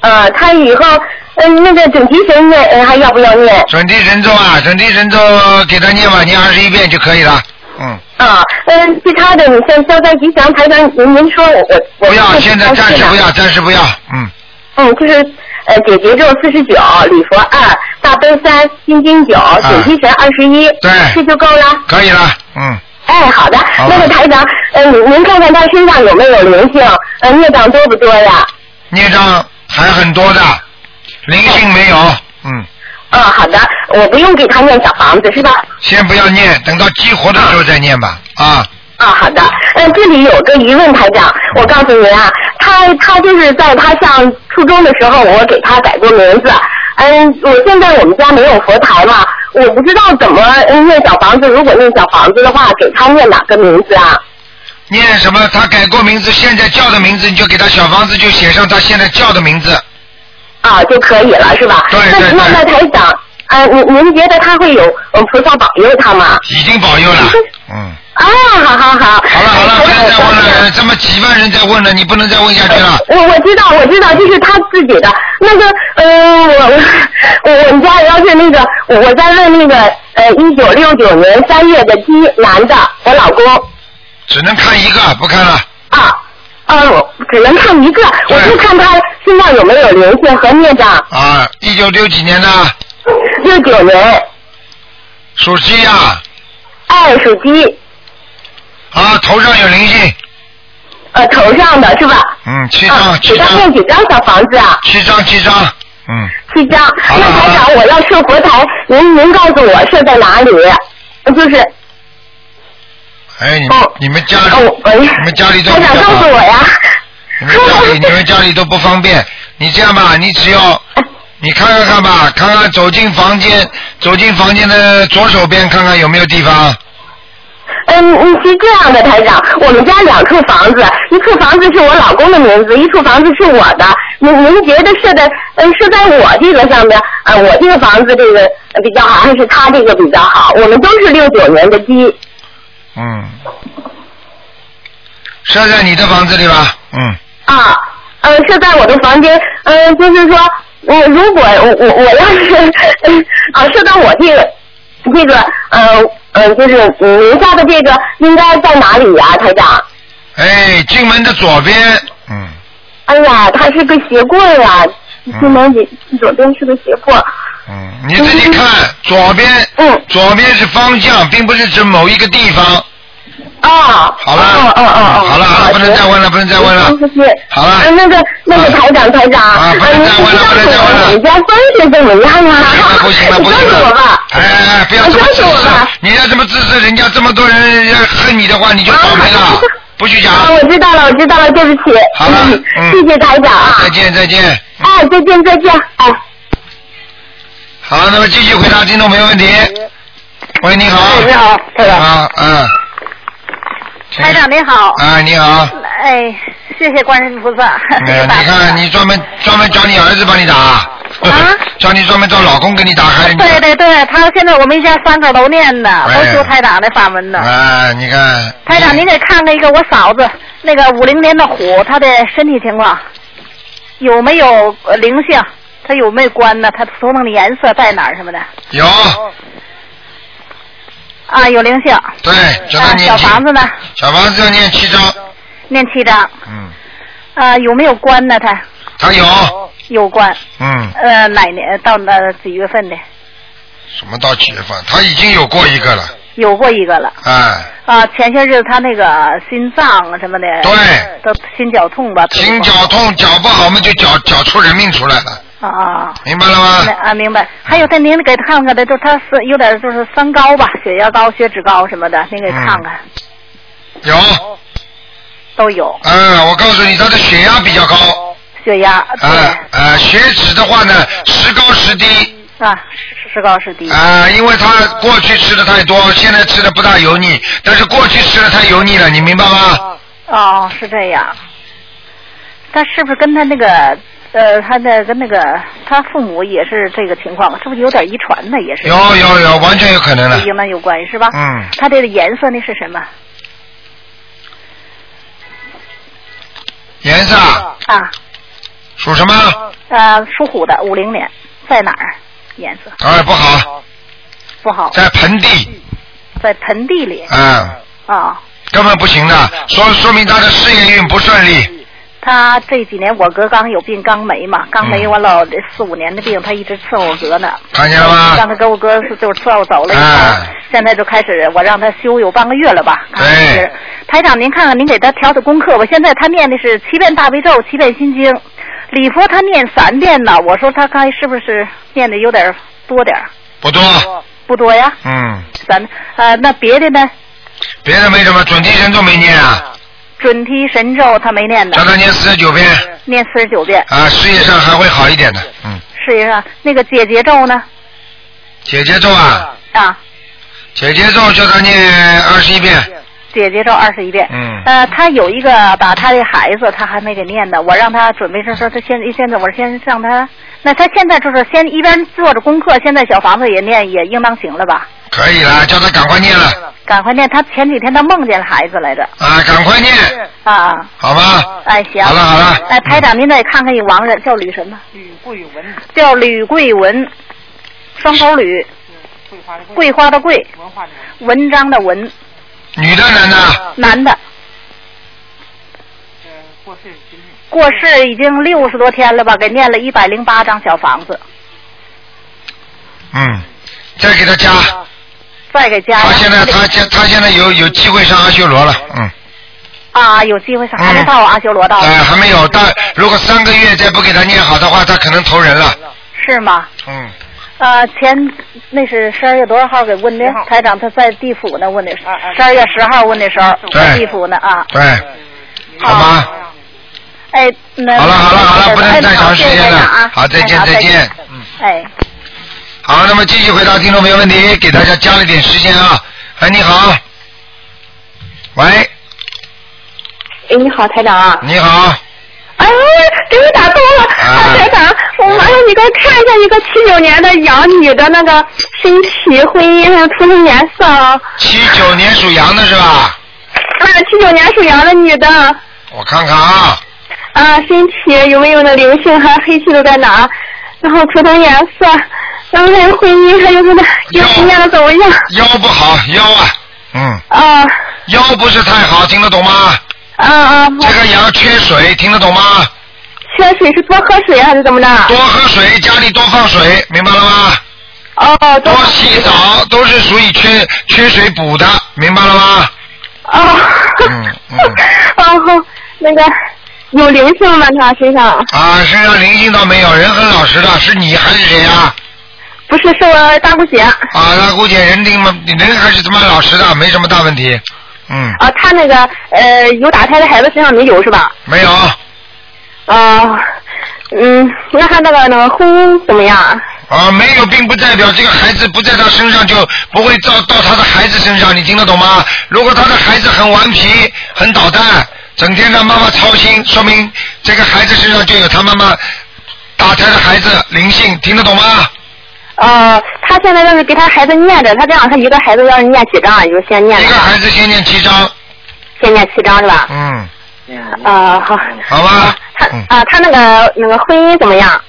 [SPEAKER 6] 呃他以后呃那个准提神念呃还要不要念？
[SPEAKER 1] 准提神咒啊，准提神咒给他念吧，念二十一遍就可以了。嗯，
[SPEAKER 6] 啊，嗯，其他的你先消灾吉祥，台长您您说我我我
[SPEAKER 1] 不要，现在暂时不
[SPEAKER 4] 啊
[SPEAKER 1] 要，
[SPEAKER 6] 这
[SPEAKER 1] 暂时不要。嗯，
[SPEAKER 6] 嗯，就是呃解结咒四十九，礼佛二，大悲三，心经九，准提神二十一，
[SPEAKER 1] 对
[SPEAKER 6] 这就够了。
[SPEAKER 1] 可以了。嗯，
[SPEAKER 6] 哎，好的，
[SPEAKER 1] 哎好
[SPEAKER 6] 那个台长，呃，您您看看他身上有没有灵性，呃，孽障多不多呀？
[SPEAKER 1] 孽障还很多的，灵性没有。嗯，
[SPEAKER 6] 嗯，好的，我不用给他念小房子是吧？
[SPEAKER 1] 先不要念，等到激活的时候再念吧。啊，
[SPEAKER 6] 啊，好的。嗯，这里有个疑问，台长，我告诉您啊，他他就是在他上初中的时候，我给他改过名字。嗯，我现在我们家没有佛台嘛，我不知道怎么嗯念小房子。如果念小房子的话，给他念哪个名字啊？
[SPEAKER 1] 念什么？他改过名字，现在叫的名字，你就给他小房子就写上他现在叫的名字。
[SPEAKER 6] 啊，就可以了，是吧？
[SPEAKER 1] 对对
[SPEAKER 6] 那那那
[SPEAKER 1] 对
[SPEAKER 6] 台长，啊，您您觉得他会有嗯菩萨保佑他吗？
[SPEAKER 1] 已经保佑了。嗯，
[SPEAKER 6] 啊，好好好。
[SPEAKER 1] 好了好了，不能再问
[SPEAKER 6] 哎
[SPEAKER 1] 了，这么几万人在问了，你不能再问下去了。
[SPEAKER 6] 我我知道，我知道，这是他自己的。那个，呃，我我我们家要是那个，我我在问那个，呃，一九六九年三月的鸡男的，我老公
[SPEAKER 1] 只能看一个，不看了。
[SPEAKER 6] 啊，呃，我只能看一个，
[SPEAKER 1] 对
[SPEAKER 6] 我就看他身上有没有灵性和孽障。
[SPEAKER 1] 啊，一九六几年的，
[SPEAKER 6] 六九年，
[SPEAKER 1] 属鸡呀、
[SPEAKER 6] 哎，属鸡，
[SPEAKER 1] 啊，头上有灵性，
[SPEAKER 6] 呃，头上的是吧？
[SPEAKER 1] 嗯，七
[SPEAKER 6] 啊
[SPEAKER 1] 张，，七
[SPEAKER 6] 给
[SPEAKER 1] 张
[SPEAKER 6] 他，念几张小房子啊？
[SPEAKER 1] 七张，七张，嗯，
[SPEAKER 6] 七张。
[SPEAKER 1] 好
[SPEAKER 6] 那
[SPEAKER 1] 了
[SPEAKER 6] 台
[SPEAKER 1] 好
[SPEAKER 6] 长，我要设佛台，您您告诉我设在哪里？就是
[SPEAKER 1] 哎，你
[SPEAKER 6] 哦
[SPEAKER 1] 你们家里，
[SPEAKER 6] 哦，我
[SPEAKER 1] 你们家里都
[SPEAKER 6] 台
[SPEAKER 1] 比较
[SPEAKER 6] 长告诉我
[SPEAKER 1] 好，
[SPEAKER 6] 呀。
[SPEAKER 1] 你们家 里你们家里都不方便，你这样吧，你只要。
[SPEAKER 6] 哎
[SPEAKER 1] 你看看看吧，看看走进房间，走进房间的左手边看看有没有地方。
[SPEAKER 6] 嗯，嗯是这样的，台长，我们家两处房子，一处房子是我老公的名字，一处房子是我的。您您觉得设在嗯设在我这个上面，呃，我这个房子这个呃比较好，还是他这个比较好？我们都是六九年的鸡。
[SPEAKER 1] 嗯，设在你的房子里吧。嗯，
[SPEAKER 6] 啊，呃，是在我的房间，呃，就是说，我、如果我我我要是， 啊，是到我这个这个呃呃，就是嗯您家的这个应该在哪里呀、台长？
[SPEAKER 1] 哎，进门的左边。嗯，
[SPEAKER 6] 哎呀，它是个鞋柜啊，
[SPEAKER 1] 嗯
[SPEAKER 6] 进门里左边是个鞋柜，
[SPEAKER 1] 嗯，你自己看，左边，
[SPEAKER 6] 嗯，
[SPEAKER 1] 左边是方向，并不是指某一个地方。
[SPEAKER 6] 啊，
[SPEAKER 1] 好了，
[SPEAKER 6] 哦哦哦哦，
[SPEAKER 1] 好了，好了，不能再问了，不能再问了。
[SPEAKER 6] 是。
[SPEAKER 1] 好了
[SPEAKER 6] 呃，那个那个
[SPEAKER 1] 啊
[SPEAKER 6] 台长台长，
[SPEAKER 1] 啊不能
[SPEAKER 6] 呃
[SPEAKER 1] 再问了不能再问了哎
[SPEAKER 6] 你知道我们家风水怎么样啊？
[SPEAKER 1] 不行了，
[SPEAKER 6] 你
[SPEAKER 1] 不
[SPEAKER 6] 告
[SPEAKER 1] 行
[SPEAKER 6] 诉
[SPEAKER 1] 了
[SPEAKER 6] 我吧。
[SPEAKER 1] 哎哎哎，不要这么自
[SPEAKER 6] 你告诉我
[SPEAKER 1] 私
[SPEAKER 6] 吧，
[SPEAKER 1] 你要这么自私，人家这么多人要恨你的话，你就倒霉了
[SPEAKER 6] 啊。
[SPEAKER 1] 不许讲。
[SPEAKER 6] 啊，我知道了，我知道了，对不起。
[SPEAKER 1] 好了
[SPEAKER 6] 嗯
[SPEAKER 1] 嗯
[SPEAKER 6] 谢谢台长啊。
[SPEAKER 1] 再见，嗯再见。
[SPEAKER 6] 哎，再见，再见，哎。
[SPEAKER 1] 好，那么继续回答听众朋友问题。喂，你好。
[SPEAKER 6] 哎你好台长
[SPEAKER 1] 啊，嗯。请
[SPEAKER 6] 台长您好
[SPEAKER 1] 啊，你好。
[SPEAKER 6] 哎，谢 谢观世音菩萨。
[SPEAKER 1] 嗯，你看，你专门专门找你儿子帮你打，找 你专门找老公给你打，还是你？
[SPEAKER 6] 啊对对对，他现在我们一家三口都念的，
[SPEAKER 1] 哎
[SPEAKER 6] 都
[SPEAKER 1] 呀哎
[SPEAKER 6] 修台长的法门的。
[SPEAKER 1] 啊，你看。
[SPEAKER 6] 台长，您给看看一个我嫂子，那个五零年的虎，她的身体情况有没有呃灵性？她有没有关呢？她头上的颜色在哪儿什么的？
[SPEAKER 1] 有，
[SPEAKER 6] 啊，有灵性。
[SPEAKER 1] 对，叫他
[SPEAKER 6] 啊，
[SPEAKER 1] 念
[SPEAKER 6] 小
[SPEAKER 1] 七，
[SPEAKER 6] 房子呢？
[SPEAKER 1] 小房子要念七张，
[SPEAKER 6] 念七张。
[SPEAKER 1] 嗯，
[SPEAKER 6] 啊，有没有关呢？她
[SPEAKER 1] 他有，
[SPEAKER 6] 有关。
[SPEAKER 1] 嗯，
[SPEAKER 6] 呃，哪年到那几月份的？
[SPEAKER 1] 什么到几月份？他已经有过一个了，
[SPEAKER 6] 有过一个了。
[SPEAKER 1] 哎，
[SPEAKER 6] 啊，前些日子他那个心脏啊什么的，
[SPEAKER 1] 对，
[SPEAKER 6] 都心绞痛吧，腿
[SPEAKER 1] 心绞痛，绞不好嘛就绞绞出人命出来了，
[SPEAKER 6] 啊啊。
[SPEAKER 1] 明白了吗
[SPEAKER 6] 那？啊，明白。还有，他您给看看的，就是他是有点就是三高吧，血压高、血脂高什么的，您给看看、
[SPEAKER 1] 嗯有，
[SPEAKER 6] 都有。
[SPEAKER 1] 嗯，我告诉你，他的血压比较高，
[SPEAKER 6] 血压对、
[SPEAKER 1] 啊啊，血脂的话呢，时高时低。
[SPEAKER 6] 啊，是是高是低、
[SPEAKER 1] 啊、因为他过去吃的太多，现在吃的不大油腻，但是过去吃的太油腻了，你明白吗？
[SPEAKER 6] 哦，是这样。他是不是跟他那个呃，他的跟那个他父母也是这个情况吧，是不是有点遗传呢？也是
[SPEAKER 1] 有有有完全有可能的
[SPEAKER 6] 跟英文有关系是吧？
[SPEAKER 1] 嗯
[SPEAKER 6] 他这个颜色那是什么？
[SPEAKER 1] 颜色啊
[SPEAKER 6] 啊，
[SPEAKER 1] 属什么？
[SPEAKER 6] 呃，属虎的，五零年，在哪儿？颜色
[SPEAKER 1] 哎，不好，
[SPEAKER 6] 不好，
[SPEAKER 1] 在盆地，
[SPEAKER 6] 在盆地里
[SPEAKER 1] 嗯，
[SPEAKER 6] 啊。
[SPEAKER 1] 根本不行的，说说明他的事业运不顺利，
[SPEAKER 6] 他这几年我哥刚有病，刚没嘛，刚
[SPEAKER 1] 嗯
[SPEAKER 6] 没我老这四五年的病，他一直伺候我哥呢。
[SPEAKER 1] 看见了吗
[SPEAKER 6] 让他跟我哥是就是伺候走了以后，现在就开始我让他休有半个月了吧。
[SPEAKER 1] 啊对，
[SPEAKER 6] 台长，您看看您给他调的功课吧。现在他念的是七遍大悲咒，七遍心经，礼佛他念三遍呢。我说他该是不是念的有点儿多点儿？
[SPEAKER 1] 不多，
[SPEAKER 6] 不多呀，
[SPEAKER 1] 嗯，
[SPEAKER 6] 三呃，那别的呢？
[SPEAKER 1] 别的没什么，准提神咒没念啊，
[SPEAKER 6] 准提神咒他没念呢。
[SPEAKER 1] 让他念四十九遍
[SPEAKER 6] 念四十九遍。
[SPEAKER 1] 啊，事业上还会好一点的，嗯，
[SPEAKER 6] 试一下那个解结咒呢？
[SPEAKER 1] 姐姐咒啊，
[SPEAKER 6] 啊，
[SPEAKER 1] 姐姐咒叫他念二十一遍，
[SPEAKER 6] 解结咒二十一遍。
[SPEAKER 1] 嗯，
[SPEAKER 6] 呃，他有一个把他的孩子，他还没给念呢。我让他准备是说，他现现在我先让他，那他现在就是先一边做着功课，现在小房子也念，也应当行了吧？
[SPEAKER 1] 可以了，叫他赶快念了
[SPEAKER 6] 赶快念！他前几天他梦见孩子来着。
[SPEAKER 1] 啊，赶快念，
[SPEAKER 6] 啊，
[SPEAKER 1] 好吧？
[SPEAKER 6] 哎，行。
[SPEAKER 1] 好了好了
[SPEAKER 6] 哎，台长，您再看看一亡人叫吕什么？吕桂文。叫吕桂文，双口吕，嗯桂花的桂，文章的文，
[SPEAKER 1] 女的男的，
[SPEAKER 6] 男的。呃过世已经六十多天了吧，给念了一百零八张小房子，
[SPEAKER 1] 嗯，再给他加，
[SPEAKER 6] 再给加上。
[SPEAKER 1] 他现在他现他现在有有机会上阿修罗了，嗯，
[SPEAKER 6] 啊，有机会上还没到阿修罗道呢、
[SPEAKER 1] 哎，还没有，但如果三个月再不给他念好的话，他可能投人了，
[SPEAKER 6] 是吗？
[SPEAKER 1] 嗯，
[SPEAKER 6] 呃，前那是十二月多少号给问的？台长他在地府呢，问的是十二月十号问的时候，
[SPEAKER 1] 啊对
[SPEAKER 6] 在地府呢啊。
[SPEAKER 1] 对，好吗？
[SPEAKER 6] 哎，那
[SPEAKER 1] 好了好了好了，不能
[SPEAKER 6] 哎
[SPEAKER 1] 再长时
[SPEAKER 6] 谢谢
[SPEAKER 1] 间
[SPEAKER 6] 台
[SPEAKER 1] 了
[SPEAKER 6] 长啊。
[SPEAKER 1] 好，再见
[SPEAKER 6] 哎好
[SPEAKER 1] 再见。
[SPEAKER 6] 哎，
[SPEAKER 1] 好，那么继续回答听众朋友问题，给大家加了点时间啊。哎，你好，喂，
[SPEAKER 4] 哎，你好，台长啊！
[SPEAKER 1] 你好，
[SPEAKER 4] 哎，给你打通了，啊、台长，我麻烦你给我看一下一个七九年的羊女的那个身体、婚姻还有出生颜色啊。
[SPEAKER 1] 七九年属羊的是吧？
[SPEAKER 4] 啊，七九年属羊的女的，
[SPEAKER 1] 我看看啊，
[SPEAKER 4] 啊，身体有没有那灵性，还有黑气都在哪儿？然后出生颜色，然后还有婚姻，还有她的经念的怎么样？
[SPEAKER 1] 腰不好，腰啊，嗯，
[SPEAKER 4] 啊
[SPEAKER 1] 腰不是太好，听得懂吗？
[SPEAKER 4] 啊啊！
[SPEAKER 1] 这个羊缺水，听得懂吗？
[SPEAKER 4] 缺水是多喝水还是怎么的？
[SPEAKER 1] 多喝水，家里多放水，明白了吗？
[SPEAKER 4] 哦，
[SPEAKER 1] 多洗澡都是属于缺缺水补的，明白了吗？
[SPEAKER 4] 啊。
[SPEAKER 1] 嗯
[SPEAKER 4] 然后哦那个有灵性吗？她身上？
[SPEAKER 1] 啊，身上灵性倒没有，人很老实的，是你还是谁呀、
[SPEAKER 4] 不是，是我大姑姐。
[SPEAKER 1] 啊？那姑姐人挺嘛，人还是他妈老实的，没什么大问题。嗯，
[SPEAKER 4] 啊，他那个呃有打胎的孩子身上没有是吧？
[SPEAKER 1] 没有，
[SPEAKER 4] 啊，嗯，那他那个那个婚姻怎么样？
[SPEAKER 1] 啊，没有，并不代表这个孩子不在他身上就不会到到他的孩子身上，你听得懂吗？如果他的孩子很顽皮、很捣蛋，整天让妈妈操心，说明这个孩子身上就有他妈妈打胎的孩子灵性，听得懂吗？
[SPEAKER 4] 呃，他现在要是给他孩子念着，他这样他一个孩子要是念几张啊？就是先念
[SPEAKER 1] 一个孩子先念七章，
[SPEAKER 4] 先念七张是吧？
[SPEAKER 1] 嗯，
[SPEAKER 4] 啊、好。
[SPEAKER 1] 好吧，嗯
[SPEAKER 4] 他啊、他那个那个婚姻怎么样？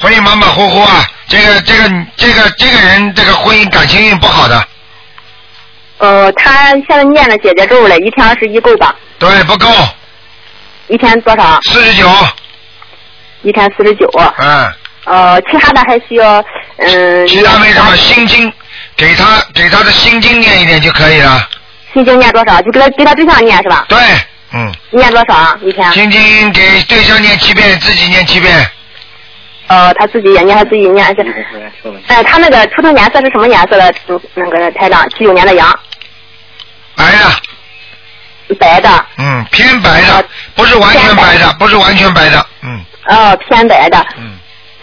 [SPEAKER 1] 婚姻马马虎虎啊，这个这个这个这个人这个婚姻感情运不好的，
[SPEAKER 4] 呃，他现在念了姐姐咒了，一天二十一够吧？
[SPEAKER 1] 对，不够，
[SPEAKER 4] 一天多少？
[SPEAKER 1] 四十九。
[SPEAKER 4] 一天四十九。
[SPEAKER 1] 嗯。
[SPEAKER 4] 呃，其他的还需要嗯。
[SPEAKER 1] 其他没什么，心经给他给他的心经念一念就可以了，
[SPEAKER 4] 心经念多少？就给他给他对象念是吧？
[SPEAKER 1] 对，嗯，
[SPEAKER 4] 念多少啊？一天？
[SPEAKER 1] 心经给对象念七遍，自己念七遍，
[SPEAKER 4] 呃，他自己也念，他自己念是。哎，他那个出生颜色是什么颜色的？嗯那个台长，七九年的羊。
[SPEAKER 1] 白的。
[SPEAKER 4] 白的，
[SPEAKER 1] 嗯，偏白的，不是完全白的，不是完全白的，嗯，
[SPEAKER 4] 哦，偏白的。嗯。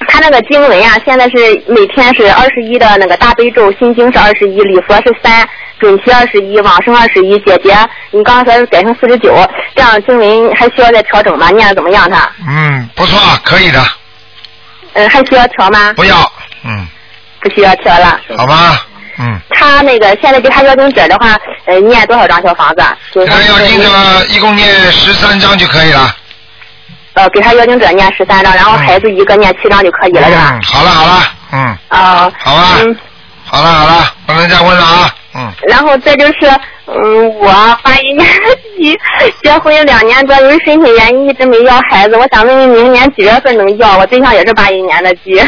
[SPEAKER 4] 他那个经文啊，现在是每天是二十一的那个大悲咒，心经是二十一，礼佛是三，准提二十一，往生二十一，姐姐，你刚才改成四十九，这样经文还需要再调整吗？念的怎么样他？
[SPEAKER 1] 嗯，不错，可以的，
[SPEAKER 4] 嗯，还需要调吗？
[SPEAKER 1] 不要，嗯，
[SPEAKER 4] 不需要调了。
[SPEAKER 1] 好嗯吗？
[SPEAKER 4] 他那个现在给他邀请者的话，呃，念多少张小房子啊？就是
[SPEAKER 1] 他要经者一共念十三章就可以了。
[SPEAKER 4] 呃，给他邀请者念十三张，然后孩子一个念七张就可以了，是吧？
[SPEAKER 1] 嗯，好了好了，嗯，
[SPEAKER 4] 啊、
[SPEAKER 1] 好吧，好了好了，不能再问了啊，嗯。
[SPEAKER 4] 然后再就是，嗯，我八一年的鸡，结婚两年多，因为身体原因一直没要孩子。我想问问明年几月份能要？我对象也是八一年的鸡，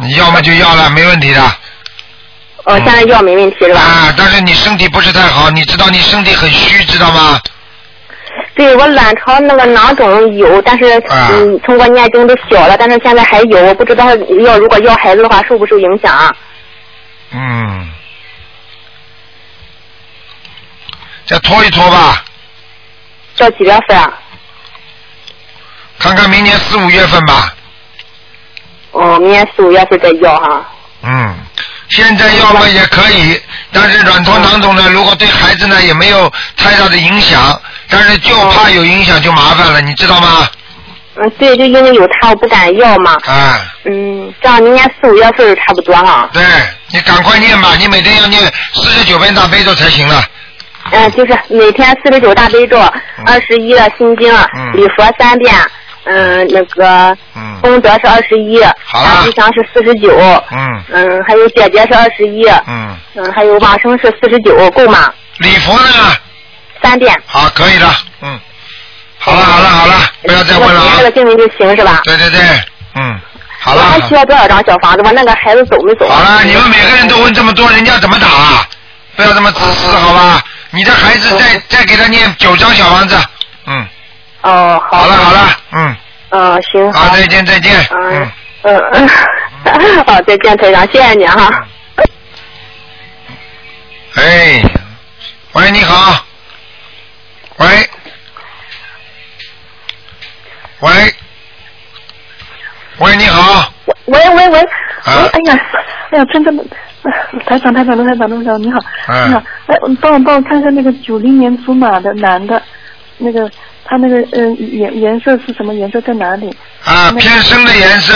[SPEAKER 1] 你要么就要了，没问题的。
[SPEAKER 4] 我呃现在要没问题是吧？
[SPEAKER 1] 嗯啊，但是你身体不是太好，你知道你身体很虚，知道吗？
[SPEAKER 4] 对我卵巢那个囊肿有，但是
[SPEAKER 1] 啊
[SPEAKER 4] 嗯，通过念经都小了，但是现在还有，我不知道要如果要孩子的话受不受影响啊？
[SPEAKER 1] 嗯。再拖一拖吧，
[SPEAKER 4] 要几月份啊？
[SPEAKER 1] 看看明年四五月份吧。
[SPEAKER 4] 哦，明年四五月份再要哈。
[SPEAKER 1] 嗯，现在要么也可以，但是软头囊肿呢，如果对孩子呢也没有太大的影响，但是就怕有影响就麻烦了，你知道吗？
[SPEAKER 4] 嗯，对，就因为有他，我不敢要嘛。
[SPEAKER 1] 啊，
[SPEAKER 4] 嗯，这样明年四五月份儿差不多哈。
[SPEAKER 1] 对你赶快念吧，你每天要念四十九遍大悲咒才行了。
[SPEAKER 4] 嗯，就是每天四十九大悲咒，
[SPEAKER 1] 嗯
[SPEAKER 4] 二十一的心经，啊礼佛三遍，嗯，那个功德是二十一，大吉祥是四十九，
[SPEAKER 1] 嗯
[SPEAKER 4] 嗯，还有姐姐是二十一，
[SPEAKER 1] 嗯，
[SPEAKER 4] 嗯，还有往生是四十九，够吗？
[SPEAKER 1] 礼佛呢？
[SPEAKER 4] 三遍。
[SPEAKER 1] 好，可以了，嗯。好了好了好了，不要再问了啊
[SPEAKER 4] 这！个经文就行是吧？
[SPEAKER 1] 对对对，嗯，好了
[SPEAKER 4] 我还需要多少张小房子？我那个孩子走没走？啊
[SPEAKER 1] 好了，你们每个人都问这么多，人家怎么打啊？不要这么自私，好吧？你的孩
[SPEAKER 4] 嗯
[SPEAKER 1] 子再再给他念九张小房子，嗯，
[SPEAKER 4] 哦，好
[SPEAKER 1] 了好了，嗯，
[SPEAKER 4] 嗯，行。
[SPEAKER 1] 好，再见再见，嗯，
[SPEAKER 4] 嗯嗯， 好，再见，台长，谢谢你啊哈。
[SPEAKER 1] 哎，喂，你好，喂，喂，喂，你好，
[SPEAKER 2] 喂喂喂，
[SPEAKER 1] 啊
[SPEAKER 2] 哎呀，哎呀，真的，哎台长台长台长台长，你好，
[SPEAKER 1] 嗯
[SPEAKER 2] 你好，哎，帮我帮我看一下那个九零年属马的男的，那个他那个嗯颜颜色是什么颜色在哪里？
[SPEAKER 1] 啊，
[SPEAKER 4] 嗯
[SPEAKER 1] 偏深的颜色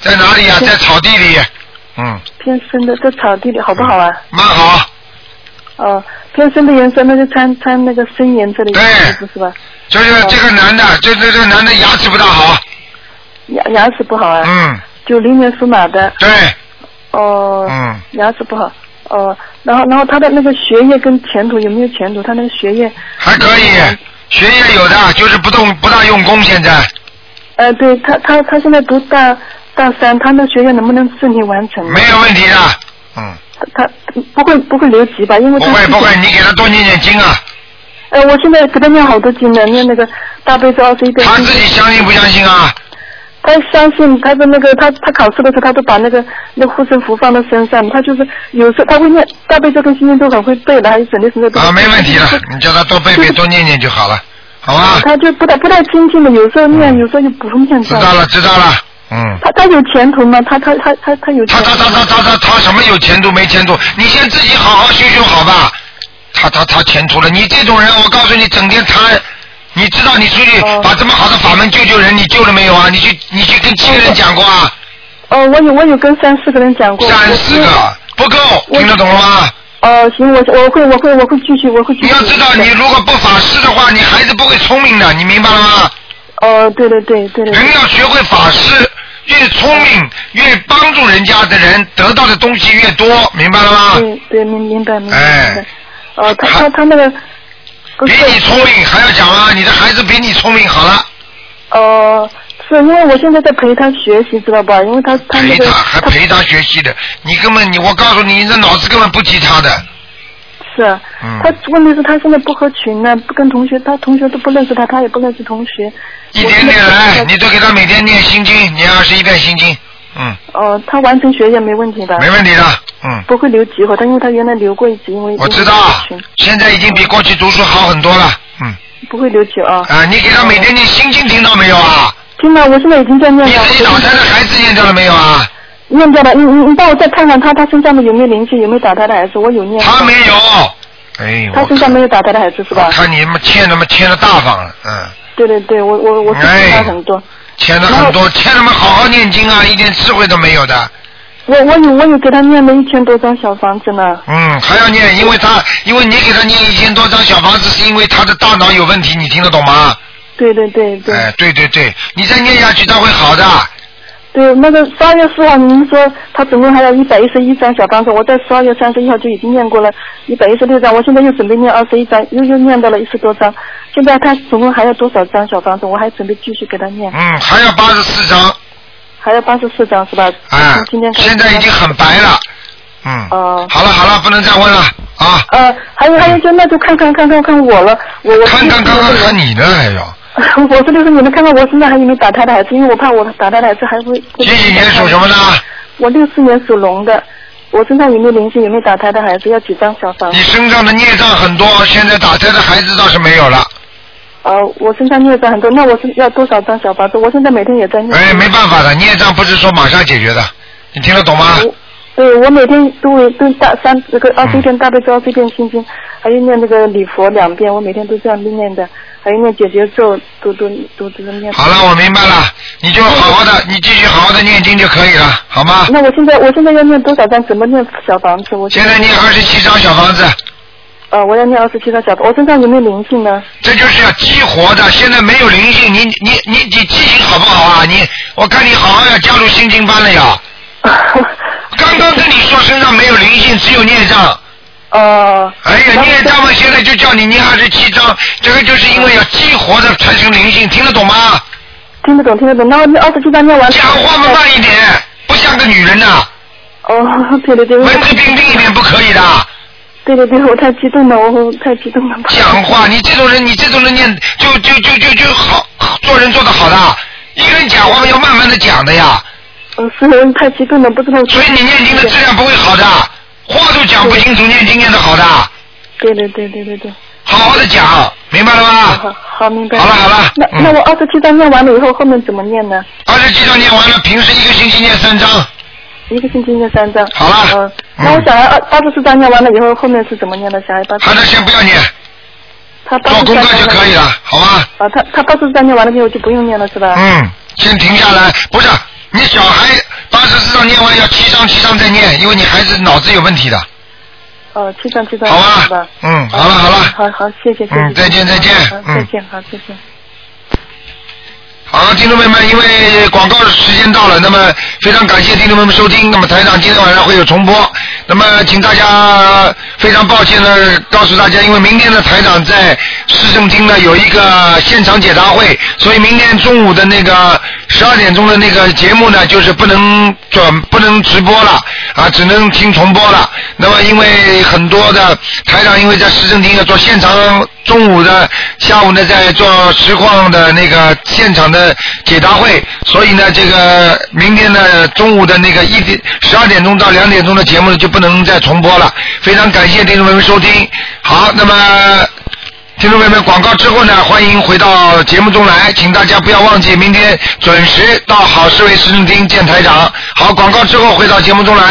[SPEAKER 1] 在哪里呀、啊在草地里，嗯，
[SPEAKER 2] 偏深的，在草地里好不好啊？
[SPEAKER 1] 蛮好。嗯
[SPEAKER 2] 哦，偏深的颜色，那就穿穿那个深颜色的衣服是吧？
[SPEAKER 1] 就是这个男的，这这这个男的牙齿不大好，
[SPEAKER 2] 牙牙齿不好啊。
[SPEAKER 1] 嗯。
[SPEAKER 2] 九零年属马的。
[SPEAKER 1] 对。
[SPEAKER 2] 哦。
[SPEAKER 1] 嗯。
[SPEAKER 2] 牙齿不好。哦，然后然后他的那个学业跟前途有没有前途？他那个学业。
[SPEAKER 1] 还可以，学业有的，就是不动不大用功，现在
[SPEAKER 2] 呃，对他他他现在读大大三，他那学业能不能顺利完成？
[SPEAKER 1] 没有问题的。
[SPEAKER 2] 他不会不会留级吧？因为他
[SPEAKER 1] 不会不会，你给他多念念经啊，
[SPEAKER 2] 呃，我现在给他念好多经呢，念那个大悲咒二十一遍。他自
[SPEAKER 1] 己相信不相信啊？
[SPEAKER 2] 他相信，他的那个他他考试的时候，他都把那个那个护身符放到身上，他就是有时候他会念大悲咒跟心经都很会背的，还有整天什么都啊，没问
[SPEAKER 1] 问题了，你叫他多背 背多念念就好了，好吧？
[SPEAKER 2] 他就不太不太精进的，有时候念，有时候就不念。知道
[SPEAKER 1] 了，嗯知道了。嗯，
[SPEAKER 2] 他他有前途吗？他他他他他有前途
[SPEAKER 1] 他他他他他什么有前途没前途？你先自己好好修修好吧。他他他前途了，你这种人，我告诉你，整天贪。你知道你出去
[SPEAKER 2] 哦
[SPEAKER 1] 把这么好的法门救救人，你救了没有啊？你去你去跟七个人讲过啊？
[SPEAKER 2] 哦，我有我有跟三四个人讲过。
[SPEAKER 1] 三四个不够，听得懂了吗？
[SPEAKER 2] 哦，行，我我会我会我会继续我会继续。
[SPEAKER 1] 你要知道，你如果不法师的话，你孩子不会聪明的，你明白了吗？
[SPEAKER 2] 哦，对对对对对。
[SPEAKER 1] 人要学会法师，越聪明越帮助人家的人，得到的东西越多，明白了吗？
[SPEAKER 2] 对对，明明白明白。
[SPEAKER 1] 啊哎
[SPEAKER 2] 明白哦，他他他那个
[SPEAKER 1] 比你聪明还要讲啊，你的孩子比你聪明好了，
[SPEAKER 2] 哦，是因为我现在在陪他学习，知道吧？因为他他那
[SPEAKER 1] 陪
[SPEAKER 2] 个
[SPEAKER 1] 他还陪他学习的，你根本你我告诉你，你的脑子根本不及他的，
[SPEAKER 2] 是，啊
[SPEAKER 1] 嗯
[SPEAKER 2] 他问题是他现在不合群呢，不跟同学，他同学都不认识他，他也不认识同学。
[SPEAKER 1] 一点点来，你都给他每天念心经，念二十一遍心经，嗯，
[SPEAKER 2] 哦，他完成学业没问题吧？
[SPEAKER 1] 没问题的，嗯，
[SPEAKER 2] 不会留级或他因为他原来留过一次，因为
[SPEAKER 1] 我知道，现在已经比过去读书好很多了，嗯，
[SPEAKER 2] 不会留级啊。
[SPEAKER 1] 哎啊，你给他每天念心经听到没有啊？
[SPEAKER 2] 听了，我现在已经在念了。
[SPEAKER 1] 你脑袋的孩子念掉了没有啊？
[SPEAKER 2] 念掉了，你你你帮我再看看他他身上的有没有灵性，有没有打胎的孩子？我有念。他
[SPEAKER 1] 没有。哎，
[SPEAKER 2] 啊他
[SPEAKER 1] 我
[SPEAKER 2] 身上没有打胎的孩子是吧？
[SPEAKER 1] 看你们欠他妈欠的大方了，嗯，
[SPEAKER 2] 对对对，我我我是欠他很多。
[SPEAKER 1] 欠的很多，欠他们好好念经啊，一点智慧都没有的。
[SPEAKER 2] 我我有我有给他念了一千多张小房子呢。
[SPEAKER 1] 嗯，还要念，因为他因为你给他念一千多张小房子，是因为他的大脑有问题，你听得懂吗？
[SPEAKER 2] 对对对对。
[SPEAKER 1] 哎，对对对，你再念下去他会好的。
[SPEAKER 2] 对，那个十二月四号，您说他总共还有一百一十一张小房子，我在十二月三十一号就已经念过了一百一十六张，我现在又准备念二十一张，又又念到了一十多张，现在他总共还有多少张小房子？我还准备继续给他念。
[SPEAKER 1] 嗯，还要八十四张。
[SPEAKER 2] 还有八十四张是吧？
[SPEAKER 1] 哎、
[SPEAKER 2] 今天
[SPEAKER 1] 现在已经很白了。嗯。
[SPEAKER 2] 哦、
[SPEAKER 1] 好了好了，不能再问了啊。
[SPEAKER 2] 呃，还有还有就那就看看看看看我了，我我
[SPEAKER 1] 看看看看看你呢，还要。
[SPEAKER 2] 我是就是你们看看我身上还有没有打胎的孩子，因为我怕我打胎的孩子还会。
[SPEAKER 1] 几几年属什么的？
[SPEAKER 2] 我六四年属龙的，我身上有没有灵性？有没有打胎的孩子？要几张小房子
[SPEAKER 1] 你？身上的孽障很多，现在打胎的孩子倒是没有了。
[SPEAKER 2] 呃，我身上孽障很多，那我是要多少张小房子？我现在每天也在念。
[SPEAKER 1] 哎，没办法的，孽障不是说马上解决的，你听得懂吗？
[SPEAKER 2] 对，我每天都会都大三这个二十
[SPEAKER 1] 嗯
[SPEAKER 2] 一遍大悲咒，二十一遍心经，还有念那个礼佛两遍，我每天都这样念的，还有念解决咒，都都都都念。
[SPEAKER 1] 好了，我明白了，你就好好的，你继续好好的念经就可以了，好吗？
[SPEAKER 2] 嗯 那我现在我现在要念多少张？怎么念小房子？我
[SPEAKER 1] 现在念二十七张小房子，
[SPEAKER 2] 呃，我要念二十七张小房，我身上有没有灵性呢？
[SPEAKER 1] 这就是要激活的。现在没有灵性，你你你你记性好不好啊？你我看你好好要加入心经班了呀。刚刚跟你说身上没有灵性，只有孽障。
[SPEAKER 2] 哦。
[SPEAKER 1] 哎呀，孽障嘛，现在就叫你念二十七章，这个就是因为要激活的产生灵性，听得懂吗？
[SPEAKER 2] 听得懂，听得懂。那我二十七张念完。
[SPEAKER 1] 讲话嘛慢一点，不像个女人呐、
[SPEAKER 2] 哦， 对对对。
[SPEAKER 1] 文质彬彬一点不可以的。
[SPEAKER 2] 对对对，我太激动了，我我太激动了。
[SPEAKER 1] 讲话，你这种人，你这种人念就就就就就好，做人做得好的，一个人讲话要慢慢的讲的呀。
[SPEAKER 2] 我呃是人太激动了，不知道。
[SPEAKER 1] 所以你念经的质量不会好的，话都讲不清楚，念经念得好的，
[SPEAKER 2] 对对对对对对。
[SPEAKER 1] 好好的讲，明白了吗？
[SPEAKER 2] 好，好，明白。好了好了。那
[SPEAKER 1] 嗯
[SPEAKER 2] 那我二十七章念完了以后，后面怎么念呢？
[SPEAKER 1] 二十七章念完了，平时一个星期念三章，
[SPEAKER 2] 一个星期念三章。
[SPEAKER 1] 好了。
[SPEAKER 2] 嗯。那我小孩二八十四章念完了以后，后面是怎么念的？小孩八十。好
[SPEAKER 1] 的，先不要念。哦
[SPEAKER 2] 他八十
[SPEAKER 1] 做功课就可以了，好吧？
[SPEAKER 2] 啊，他他八十四章念完了以后就不用念了是吧？
[SPEAKER 1] 嗯，先停下来。不是，你小孩八十四章念完要七章七章再念，因为你孩子脑子有问题的。
[SPEAKER 2] 哦，七章七章。好吧。
[SPEAKER 1] 嗯，好了好了，
[SPEAKER 2] 好好，谢谢谢谢。
[SPEAKER 1] 嗯再见再见
[SPEAKER 2] 好
[SPEAKER 1] 嗯
[SPEAKER 2] 再见，好，再见。
[SPEAKER 1] 好，听众朋友们，因为广告时间到了，那么非常感谢听众朋友们收听。那么台长今天晚上会有重播，那么请大家呃非常抱歉的告诉大家，因为明天的台长在市政厅呢有一个现场解答会，所以明天中午的那个十二点钟的那个节目呢，就是不能转不能直播了啊，只能听重播了。那么因为很多的台长因为在市政厅要做现场，中午的下午呢在做实况的那个现场的解答会，所以呢这个明天呢中午的那个一点十二点钟到两点钟的节目呢就不能再重播了。非常感谢听众朋友们收听。好，那么。听众朋友们，广告之后呢，欢迎回到节目中来，请大家不要忘记明天准时到好市委市政厅见台长。好，广告之后回到节目中来。